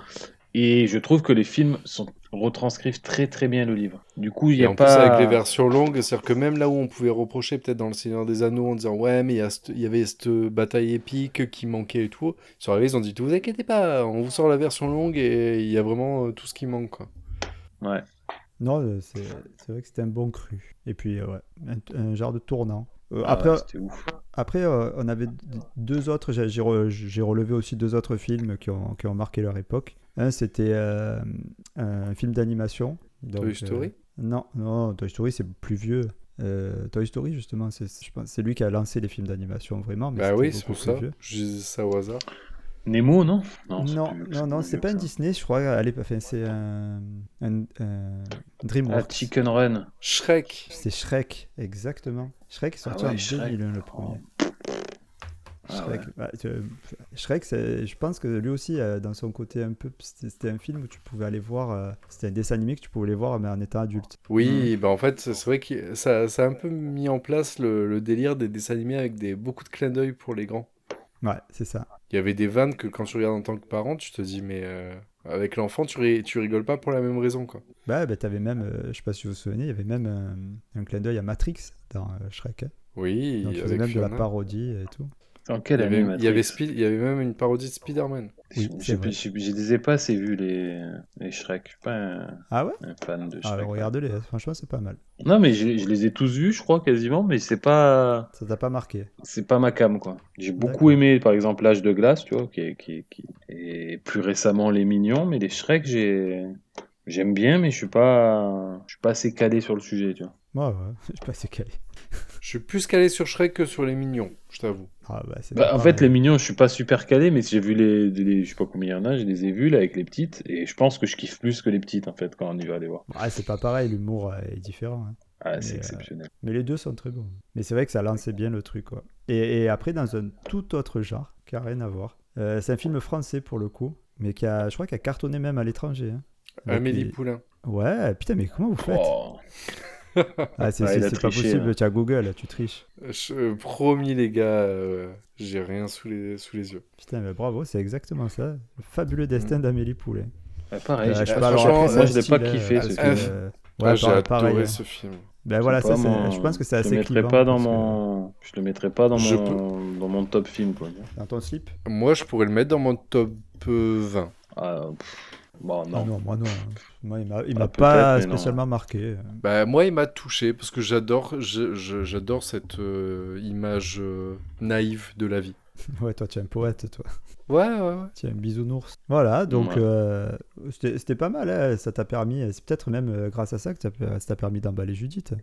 Speaker 4: Et je trouve que les films sont, retranscrivent très très bien le livre. Du coup, il
Speaker 3: Et
Speaker 4: n'y a
Speaker 3: en
Speaker 4: pas.
Speaker 3: plus, avec les versions longues, c'est-à-dire que même là où on pouvait reprocher, peut-être dans Le Seigneur des Anneaux, en disant Ouais, mais il y, a cette- il y avait cette bataille épique qui manquait et tout, sur la liste, ils ont dit Vous inquiétez pas, on vous sort la version longue et il y a vraiment euh, tout ce qui manque. Quoi.
Speaker 4: Ouais.
Speaker 2: Non, euh, c'est c'est vrai que c'était un bon cru. Et puis, euh, ouais, un, un genre de tournant. Euh,
Speaker 4: Ah,
Speaker 2: après,
Speaker 4: c'était ouf.
Speaker 2: après euh, on avait d- deux autres, j'ai j'ai re- j'ai relevé aussi deux autres films qui ont, qui ont marqué leur époque. Un, c'était euh, un film d'animation. donc,
Speaker 3: Toy Story
Speaker 2: euh, Non, non, Toy Story, c'est plus vieux. Euh, Toy Story, justement, c'est je pense- c'est lui qui a lancé les films d'animation, vraiment. Mais
Speaker 3: Bah
Speaker 2: c'était
Speaker 3: oui, c'est
Speaker 2: beaucoup
Speaker 3: pour ça.
Speaker 2: plus vieux.
Speaker 3: Je disais ça au hasard.
Speaker 4: Nemo, non
Speaker 2: Non,
Speaker 4: plus-
Speaker 2: non, non,
Speaker 4: plus
Speaker 2: c'est
Speaker 4: vieux
Speaker 2: pas un
Speaker 4: que ça.
Speaker 2: Disney, je crois. à l'époque, Enfin, c'est un, un, un
Speaker 4: Ah,
Speaker 2: DreamWorks.
Speaker 4: Chicken Run.
Speaker 3: Shrek
Speaker 2: C'est Shrek, exactement. Shrek est sorti
Speaker 4: Ah ouais,
Speaker 2: en
Speaker 4: Shrek. Oh.
Speaker 2: 2001, le premier.
Speaker 4: Ah
Speaker 2: Shrek, bah, tu- euh, Shrek, c'est- je pense que lui aussi, euh, dans son côté un peu, c'était c'était un film où tu pouvais aller voir, euh, c'était un dessin animé que tu pouvais aller voir, mais en étant adulte.
Speaker 3: Oui,
Speaker 2: Hmm.
Speaker 3: bah en fait, c'est vrai que ça, ça a un peu mis en place le, le délire des dessins animés avec des, beaucoup de clins d'œil pour les grands.
Speaker 2: Ouais, c'est ça.
Speaker 3: Il y avait des vannes que quand tu regardes en tant que parent, tu te dis Mais euh, avec l'enfant, tu, ri- tu rigoles pas pour la même raison. quoi.
Speaker 2: Bah, bah t'avais même, euh, je sais pas si vous vous souvenez, il y avait même euh, un clin d'œil à Matrix dans euh, Shrek. hein.
Speaker 3: Oui,
Speaker 2: Donc, il faisait
Speaker 3: avec
Speaker 2: même de la
Speaker 3: Fiona.
Speaker 2: parodie et tout.
Speaker 4: En quelle
Speaker 3: Il y,
Speaker 4: année,
Speaker 3: avait, il, y avait
Speaker 4: Matrix
Speaker 3: Speed- il y avait même une parodie de Spider-Man.
Speaker 2: Oui,
Speaker 4: Je-
Speaker 2: c'est vrai.
Speaker 4: je- je- Je les ai pas assez vus, les, les Shrek. Je suis pas un,
Speaker 2: Ah ouais
Speaker 4: un fan de
Speaker 2: Ah,
Speaker 4: Shrek.
Speaker 2: Regarde-les, hein, franchement, c'est pas mal.
Speaker 4: Non, mais je, je les ai tous vus, je crois, quasiment, mais c'est pas.
Speaker 2: Ça t'a pas marqué
Speaker 4: c'est pas ma cam quoi. J'ai beaucoup
Speaker 2: D'accord.
Speaker 4: aimé par exemple l'âge de glace, tu vois, qui, qui, qui- et plus récemment les mignons, mais les Shrek j'ai j'aime bien mais je suis pas je suis pas assez calé sur le sujet, tu vois.
Speaker 2: Ouais, ouais, je sais pas, c'est calé.
Speaker 3: Je suis plus calé sur Shrek que sur les Mignons, je t'avoue.
Speaker 2: Ah, bah, c'est
Speaker 4: Bah,
Speaker 2: pas
Speaker 4: en fait
Speaker 2: pareil.
Speaker 4: les mignons, je suis pas super calé mais j'ai vu les, les- je sais pas combien il y en a, je les ai vus là avec les petites et je pense que je kiffe plus que les petites en fait quand on y va les voir.
Speaker 2: Ah, c'est pas pareil, l'humour euh, est différent. hein.
Speaker 4: Ah, c'est
Speaker 2: Mais, euh,
Speaker 4: exceptionnel.
Speaker 2: Mais les deux sont très bons. Mais c'est vrai que ça lançait bien le truc. Quoi. Et, et après, dans un tout autre genre, qui n'a rien à voir. Euh, c'est un film français pour le coup, mais qui a, je crois, qui a cartonné même à l'étranger. hein. Donc,
Speaker 3: Amélie
Speaker 2: il-
Speaker 3: Poulain.
Speaker 2: Ouais, putain, mais comment vous faites
Speaker 4: Euh, Oh.
Speaker 2: Ah, c'est
Speaker 4: Ouais,
Speaker 2: c'est-
Speaker 4: il a
Speaker 2: c'est pas
Speaker 4: triché,
Speaker 2: possible,
Speaker 4: hein.
Speaker 2: tu as Google, tu triches.
Speaker 3: Je- euh, promis les gars, euh, j'ai rien sous les, sous les yeux.
Speaker 2: Putain, mais bravo, c'est exactement ça. Le fabuleux destin d'Amélie Poulet.
Speaker 4: Bah, pareil,
Speaker 2: Euh,
Speaker 4: Mm. j'ai
Speaker 2: je sais
Speaker 4: pas-
Speaker 2: pas, alors
Speaker 4: franchement,
Speaker 2: après,
Speaker 4: moi
Speaker 2: c'est
Speaker 4: je l'ai
Speaker 2: un
Speaker 4: pas
Speaker 2: style,
Speaker 4: kiffé
Speaker 2: euh,
Speaker 4: ce
Speaker 2: parce
Speaker 3: Ah,
Speaker 4: film.
Speaker 2: que,
Speaker 3: film.
Speaker 2: euh,
Speaker 3: Ah,
Speaker 2: ouais,
Speaker 3: j'ai
Speaker 2: pareil,
Speaker 3: adoré
Speaker 2: pareil, hein.
Speaker 3: ce film.
Speaker 2: Ben voilà,
Speaker 4: sais
Speaker 2: ça,
Speaker 4: pas,
Speaker 2: c'est-
Speaker 4: moi,
Speaker 2: je pense que c'est
Speaker 4: je le
Speaker 2: assez
Speaker 4: mettrais
Speaker 2: clivant,
Speaker 4: pas dans
Speaker 2: parce que-
Speaker 4: mon je le mettrais pas dans
Speaker 3: Je
Speaker 4: mon dans mon top film quoi.
Speaker 2: Dans ton slip
Speaker 3: Moi, je pourrais le mettre dans mon top euh, 20.
Speaker 4: Ah, pff, bon,
Speaker 2: Ah
Speaker 4: non. Ah,
Speaker 2: non, moi non. hein. Moi, il m'a il m'a
Speaker 4: peut-être,
Speaker 2: pas
Speaker 4: mais non.
Speaker 2: spécialement marqué.
Speaker 3: Bah, moi, il m'a touché parce que j'adore je- je- j'adore cette euh, image euh, naïve de la vie.
Speaker 2: Ouais, toi, tu es un poète, toi.
Speaker 3: Ouais, ouais, ouais.
Speaker 2: Tiens, bisounours. Voilà, donc
Speaker 4: Ouais.
Speaker 2: euh, c'était c'était pas mal, hein, ça t'a permis, c'est peut-être même euh, grâce à ça que t'as pu- ça t'a permis d'emballer Judith.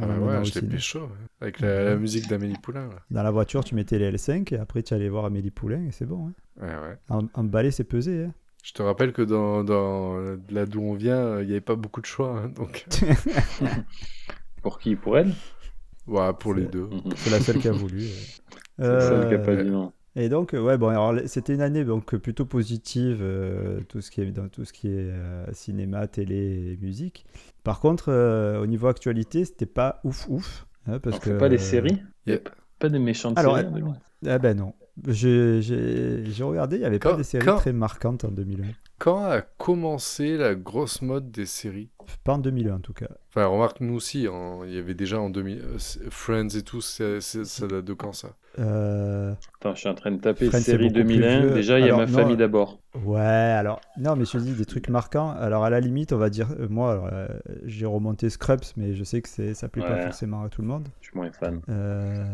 Speaker 3: Ah,
Speaker 2: À un
Speaker 3: bah,
Speaker 2: moment
Speaker 3: ouais,
Speaker 2: au
Speaker 3: je l'ai
Speaker 2: ciné.
Speaker 3: pécho. ouais. Avec la, la musique d'Amélie Poulain. là.
Speaker 2: Dans la voiture, tu mettais les L5 et après tu allais voir Amélie Poulain et c'est bon. hein.
Speaker 3: Ouais, ouais.
Speaker 2: Em- Emballer, c'est pesé. hein.
Speaker 3: Je te rappelle que dans, dans euh, là d'où on vient, euh, il n'y avait pas beaucoup de choix. hein, donc,
Speaker 4: Pour qui Pour elle Mhm,
Speaker 3: ouais, pour les
Speaker 2: C'est-
Speaker 3: deux.
Speaker 2: C'est la seule qui a voulu. euh.
Speaker 4: C'est celle qui a
Speaker 2: Euh,
Speaker 4: pas dit non.
Speaker 2: Et donc, euh, ouais, bon, alors là, c'était une année donc plutôt positive, euh, tout ce qui est dans tout ce qui est euh, cinéma, télé, et musique. Par contre, euh, au niveau actualité, c'était pas ouf ouf, hein, parce
Speaker 4: On
Speaker 2: que
Speaker 4: fait pas des séries
Speaker 3: Yeah.
Speaker 4: Pas des méchantes
Speaker 2: Alors,
Speaker 4: séries hein, en 2000.
Speaker 2: Ah ben non, j'ai j'ai- j'ai regardé, il n'y avait pas
Speaker 3: Quand-
Speaker 2: des séries
Speaker 3: quand-
Speaker 2: très marquantes en 2001,
Speaker 3: Quand a commencé la grosse mode des séries
Speaker 2: pas en 2001 en tout cas.
Speaker 3: Enfin, remarque, nous aussi, en- il y avait déjà en 2000, euh, c'est- Friends et tout, c'est- c'est- ça date de quand ça
Speaker 2: Euh,
Speaker 4: Attends, je suis en train de taper
Speaker 2: Friends, c'est
Speaker 4: série
Speaker 2: beaucoup plus
Speaker 4: 2001.
Speaker 2: vieux.
Speaker 4: Déjà, il y a
Speaker 2: Alors,
Speaker 4: ma
Speaker 2: non,
Speaker 4: famille
Speaker 2: euh,
Speaker 4: d'abord.
Speaker 2: Ouais, alors, non, mais je te dis des trucs marquants. Alors, à la limite, on va dire, euh, moi, alors, euh, j'ai remonté Scrubs, mais je sais que c'est- ça plaît pas
Speaker 4: Ouais.
Speaker 2: forcément à tout le monde.
Speaker 4: Je suis moins fan.
Speaker 2: Euh,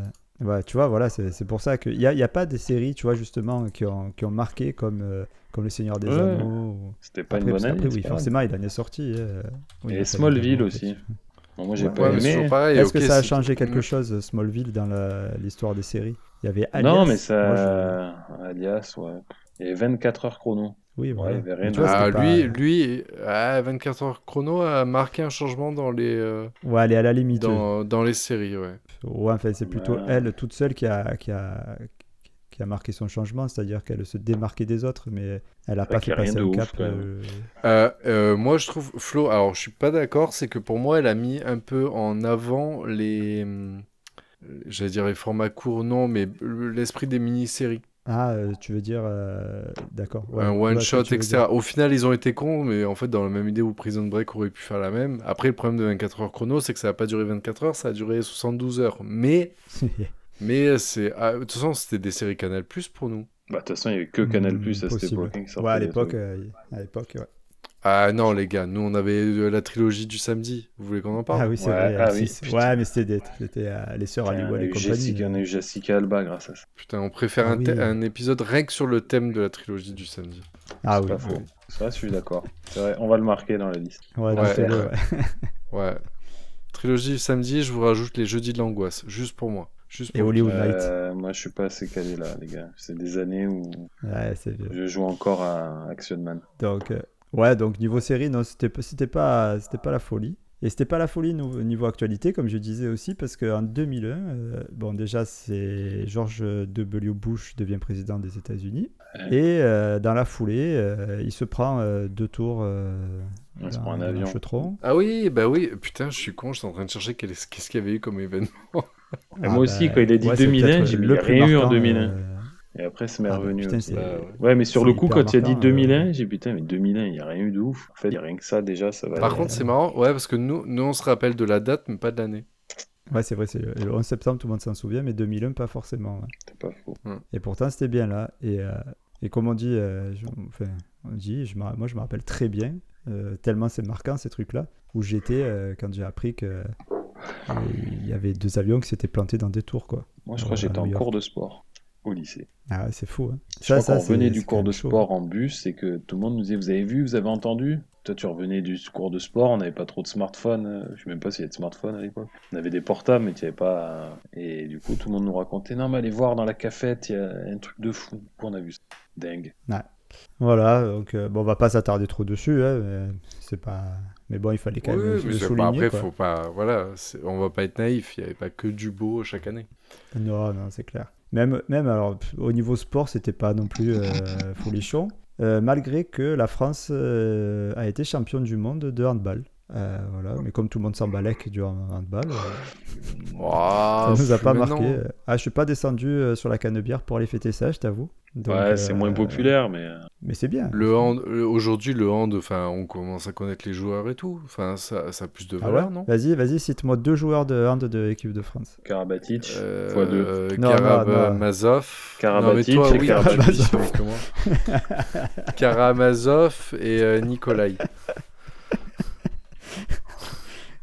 Speaker 2: ouais, tu vois, voilà, c'est c'est pour ça qu'il n'y a, il y a pas des séries, tu vois, justement, qui ont, qui ont marqué comme, euh, comme Le Seigneur des
Speaker 4: Ouais.
Speaker 2: Anneaux. ou-
Speaker 4: C'était pas
Speaker 2: Après,
Speaker 4: une bonne
Speaker 2: après,
Speaker 4: année.
Speaker 2: oui,
Speaker 4: c'est pas grave.
Speaker 2: forcément, il en est sorti. euh, oui,
Speaker 4: Et
Speaker 2: il y a ça,
Speaker 4: Smallville
Speaker 2: évidemment,
Speaker 4: aussi.
Speaker 2: peut-être.
Speaker 4: Bon, moi, j'ai
Speaker 2: Ouais,
Speaker 4: pas
Speaker 3: mais c'est
Speaker 4: aimé.
Speaker 3: toujours pareil.
Speaker 2: Est-ce
Speaker 3: ok,
Speaker 2: que ça a
Speaker 3: c'est-
Speaker 2: changé quelque chose, Smallville, dans la- l'histoire des séries Il y avait Alias.
Speaker 4: non, mais ça.
Speaker 2: Moi, je-
Speaker 4: Alias, ouais. Il y avait 24 heures chrono.
Speaker 2: Oui, voilà.
Speaker 4: il y avait
Speaker 2: Mais
Speaker 4: rien
Speaker 2: tu
Speaker 4: à-
Speaker 2: vois,
Speaker 3: Ah,
Speaker 2: c'était pas-
Speaker 3: lui, lui ah, 24 heures chrono a marqué un changement dans les, euh,
Speaker 2: Ouais, elle est à la limite.
Speaker 3: dans, dans les séries, ouais.
Speaker 2: Ouais, enfin, c'est plutôt
Speaker 4: Ouais.
Speaker 2: elle toute seule qui a, qui a, qui a marqué son changement, c'est-à-dire qu'elle se démarquait des autres, mais elle n'a
Speaker 4: C'est vrai
Speaker 2: pas
Speaker 4: qu'il y
Speaker 2: fait
Speaker 4: a rien
Speaker 2: passer
Speaker 4: de
Speaker 2: un
Speaker 4: ouf,
Speaker 2: cap.
Speaker 4: quand même.
Speaker 2: euh,
Speaker 3: Euh, euh, moi, je trouve Flo. Alors, je suis pas d'accord. C'est que pour moi, elle a mis un peu en avant les, hum, j'allais dire les formats courts, non, mais l'esprit des mini-séries,
Speaker 2: Ah, euh, tu veux dire. euh, D'accord. ouais,
Speaker 3: un
Speaker 2: je vois
Speaker 3: one
Speaker 2: ce que
Speaker 3: shot,
Speaker 2: tu veux
Speaker 3: etc.
Speaker 2: dire.
Speaker 3: Au final, ils ont été cons, mais en fait, dans la même idée où Prison Break aurait pu faire la même. Après, le problème de 24 heures chrono, c'est que ça a pas duré 24 heures, ça a duré 72 heures. Mais, mais c'est, ah, de toute façon, c'était des séries Canal Plus pour nous.
Speaker 4: Bah, de toute façon, il y avait que Canal
Speaker 2: Hmm,
Speaker 4: Plus à cette
Speaker 2: possible.
Speaker 4: époque. hein, qui sortait
Speaker 2: ouais, à
Speaker 4: des
Speaker 2: l'époque,
Speaker 4: trucs.
Speaker 2: euh, à l'époque, ouais.
Speaker 3: Ah non, les gars, nous, on avait euh, la trilogie du samedi. Vous voulez qu'on en parle
Speaker 2: Ah oui, c'est
Speaker 4: Ouais,
Speaker 2: vrai.
Speaker 4: ah
Speaker 2: M6.
Speaker 4: oui, putain.
Speaker 2: ouais, mais c'était des- c'était, euh, les sœurs
Speaker 4: Tiens,
Speaker 2: Aliou
Speaker 4: on, a
Speaker 2: et
Speaker 4: eu
Speaker 2: compagnie. hein.
Speaker 4: Jessica, on a eu Jessica Alba grâce à ça.
Speaker 3: Putain, on préfère
Speaker 2: Ah
Speaker 3: un, thè-
Speaker 2: oui.
Speaker 3: un épisode rien que sur le thème de la trilogie du samedi.
Speaker 2: Ah
Speaker 4: C'est
Speaker 2: oui.
Speaker 4: pas faux. Ça, je suis d'accord. C'est vrai, on va le marquer dans la liste.
Speaker 2: Ouais,
Speaker 3: Ouais.
Speaker 2: notez-le, ouais.
Speaker 3: Ouais. Trilogie du samedi, je vous rajoute les jeudis de l'angoisse, juste pour moi. Juste
Speaker 2: Et
Speaker 3: pour
Speaker 2: Hollywood Night.
Speaker 4: Euh, moi, je suis pas assez calé là, les gars. C'est des années où
Speaker 2: Ouais, c'est vieux.
Speaker 4: je joue encore à Action Man.
Speaker 2: Donc, euh, ouais, donc niveau série, non, c'était pas- c'était pas, c'était pas la folie. Et c'était pas la folie nou- niveau actualité, comme je disais aussi, parce qu'en 2001, euh, bon, déjà, c'est George W. Bush devient président des États-Unis.
Speaker 4: Ouais.
Speaker 2: Et euh, dans la foulée, euh, il se prend euh, deux tours euh,
Speaker 4: On se
Speaker 2: dans-
Speaker 4: prend un
Speaker 2: dans
Speaker 4: avion.
Speaker 2: Chetron.
Speaker 3: Ah oui, bah oui, putain, je suis con, j'étais en train de chercher quel est- qu'est-ce qu'il y avait eu comme événement.
Speaker 4: Et moi aussi, quand il a dit
Speaker 2: Ah, bah, c'est
Speaker 4: 2001,
Speaker 2: peut-être
Speaker 4: j'ai dit,
Speaker 2: le
Speaker 4: il y a
Speaker 2: plus
Speaker 4: rien eu en
Speaker 2: marquant,
Speaker 4: 2001.
Speaker 2: euh,
Speaker 4: Et après, ça m'est
Speaker 2: Ah,
Speaker 4: revenu.
Speaker 2: putain,
Speaker 4: aussi.
Speaker 2: c'est-
Speaker 3: Bah, ouais.
Speaker 4: Ouais, mais sur
Speaker 2: c'est
Speaker 4: le coup,
Speaker 2: hyper
Speaker 4: quand tu as dit
Speaker 2: marquant, hein.
Speaker 4: 2001, j'ai dit putain, mais 2001, il n'y a rien eu de ouf. En fait, il n'y a rien que ça déjà, ça va.
Speaker 3: Par
Speaker 4: aller.
Speaker 3: contre, c'est marrant, ouais, parce que nous, nous, on se rappelle de la date, mais pas de l'année.
Speaker 2: ouais, c'est vrai, c'est le 11 septembre, tout le monde s'en souvient, mais 2001, pas forcément. ouais.
Speaker 4: c'est pas faux.
Speaker 2: Et pourtant, c'était bien là. Et, euh, et comme on dit, euh, je- enfin, on dit je me- moi je me rappelle très bien, euh, tellement c'est marquant ces trucs-là, où j'étais euh, quand j'ai appris que euh, il y avait deux avions qui s'étaient plantés dans des tours. Quoi.
Speaker 4: Moi, je crois que
Speaker 2: Ouais,
Speaker 4: j'étais
Speaker 2: à
Speaker 4: en
Speaker 2: New
Speaker 4: cours de sport au lycée.
Speaker 2: Ah ouais, c'est fou. Hein.
Speaker 4: Je crois qu'on
Speaker 2: c'est-
Speaker 4: revenait du
Speaker 2: c'est
Speaker 4: cours
Speaker 2: quand
Speaker 4: de
Speaker 2: même chaud.
Speaker 4: sport en bus et que tout le monde nous disait Vous avez vu, vous avez entendu Toi, tu revenais du cours de sport, on n'avait pas trop de smartphone. euh, Je sais même pas s'il y avait de smartphone à l'époque. On avait des portables, mais il n'y avait pas. euh, Et du coup, tout le monde nous racontait Non, mais allez voir dans la cafette, il y a un truc de fou. Du coup, on a vu ça. Dingue.
Speaker 2: Voilà, donc euh, bon, on va pas s'attarder trop dessus. hein, mais c'est pas. Mais bon, il fallait quand même
Speaker 3: Oui,
Speaker 2: le
Speaker 3: mais c'est- bah,
Speaker 2: souligner.
Speaker 3: après,
Speaker 2: quoi.
Speaker 3: faut pas, voilà, c'est- on va pas être naïf, il y avait pas que du beau chaque année.
Speaker 2: Non, non, c'est clair. Même, même alors, pff, au niveau sport, c'était pas non plus euh, folichon. Euh, malgré que la France euh, a été championne du monde de handball. Euh, voilà. Mais comme tout le monde s'en balèque du hand- handball, euh,
Speaker 3: Ouah,
Speaker 2: ça nous a
Speaker 3: pff,
Speaker 2: pas
Speaker 3: mais
Speaker 2: marqué.
Speaker 3: non.
Speaker 2: Ah, je suis pas descendu euh, sur la canne bière pour aller fêter ça, je t'avoue. Donc,
Speaker 4: ouais,
Speaker 2: euh,
Speaker 4: c'est moins populaire, mais. euh,
Speaker 2: Mais c'est bien.
Speaker 3: Le hand, le- aujourd'hui, le hand, enfin, on commence à connaître les joueurs et tout. Enfin, ça, ça a plus de
Speaker 2: Ah
Speaker 3: valeur,
Speaker 2: ouais
Speaker 3: non
Speaker 2: Vas-y, vas-y, cite-moi deux joueurs de hand de l'équipe de France.
Speaker 4: Karabatic,
Speaker 3: Euh,
Speaker 4: fois deux.
Speaker 2: Non,
Speaker 3: Karab-
Speaker 2: non, non.
Speaker 3: Mazov.
Speaker 4: Karabatic
Speaker 3: Non, mais toi,
Speaker 4: et
Speaker 3: oui,
Speaker 4: Karabatic.
Speaker 3: Karabatic, mais comment Karamazov et euh, Nikolai.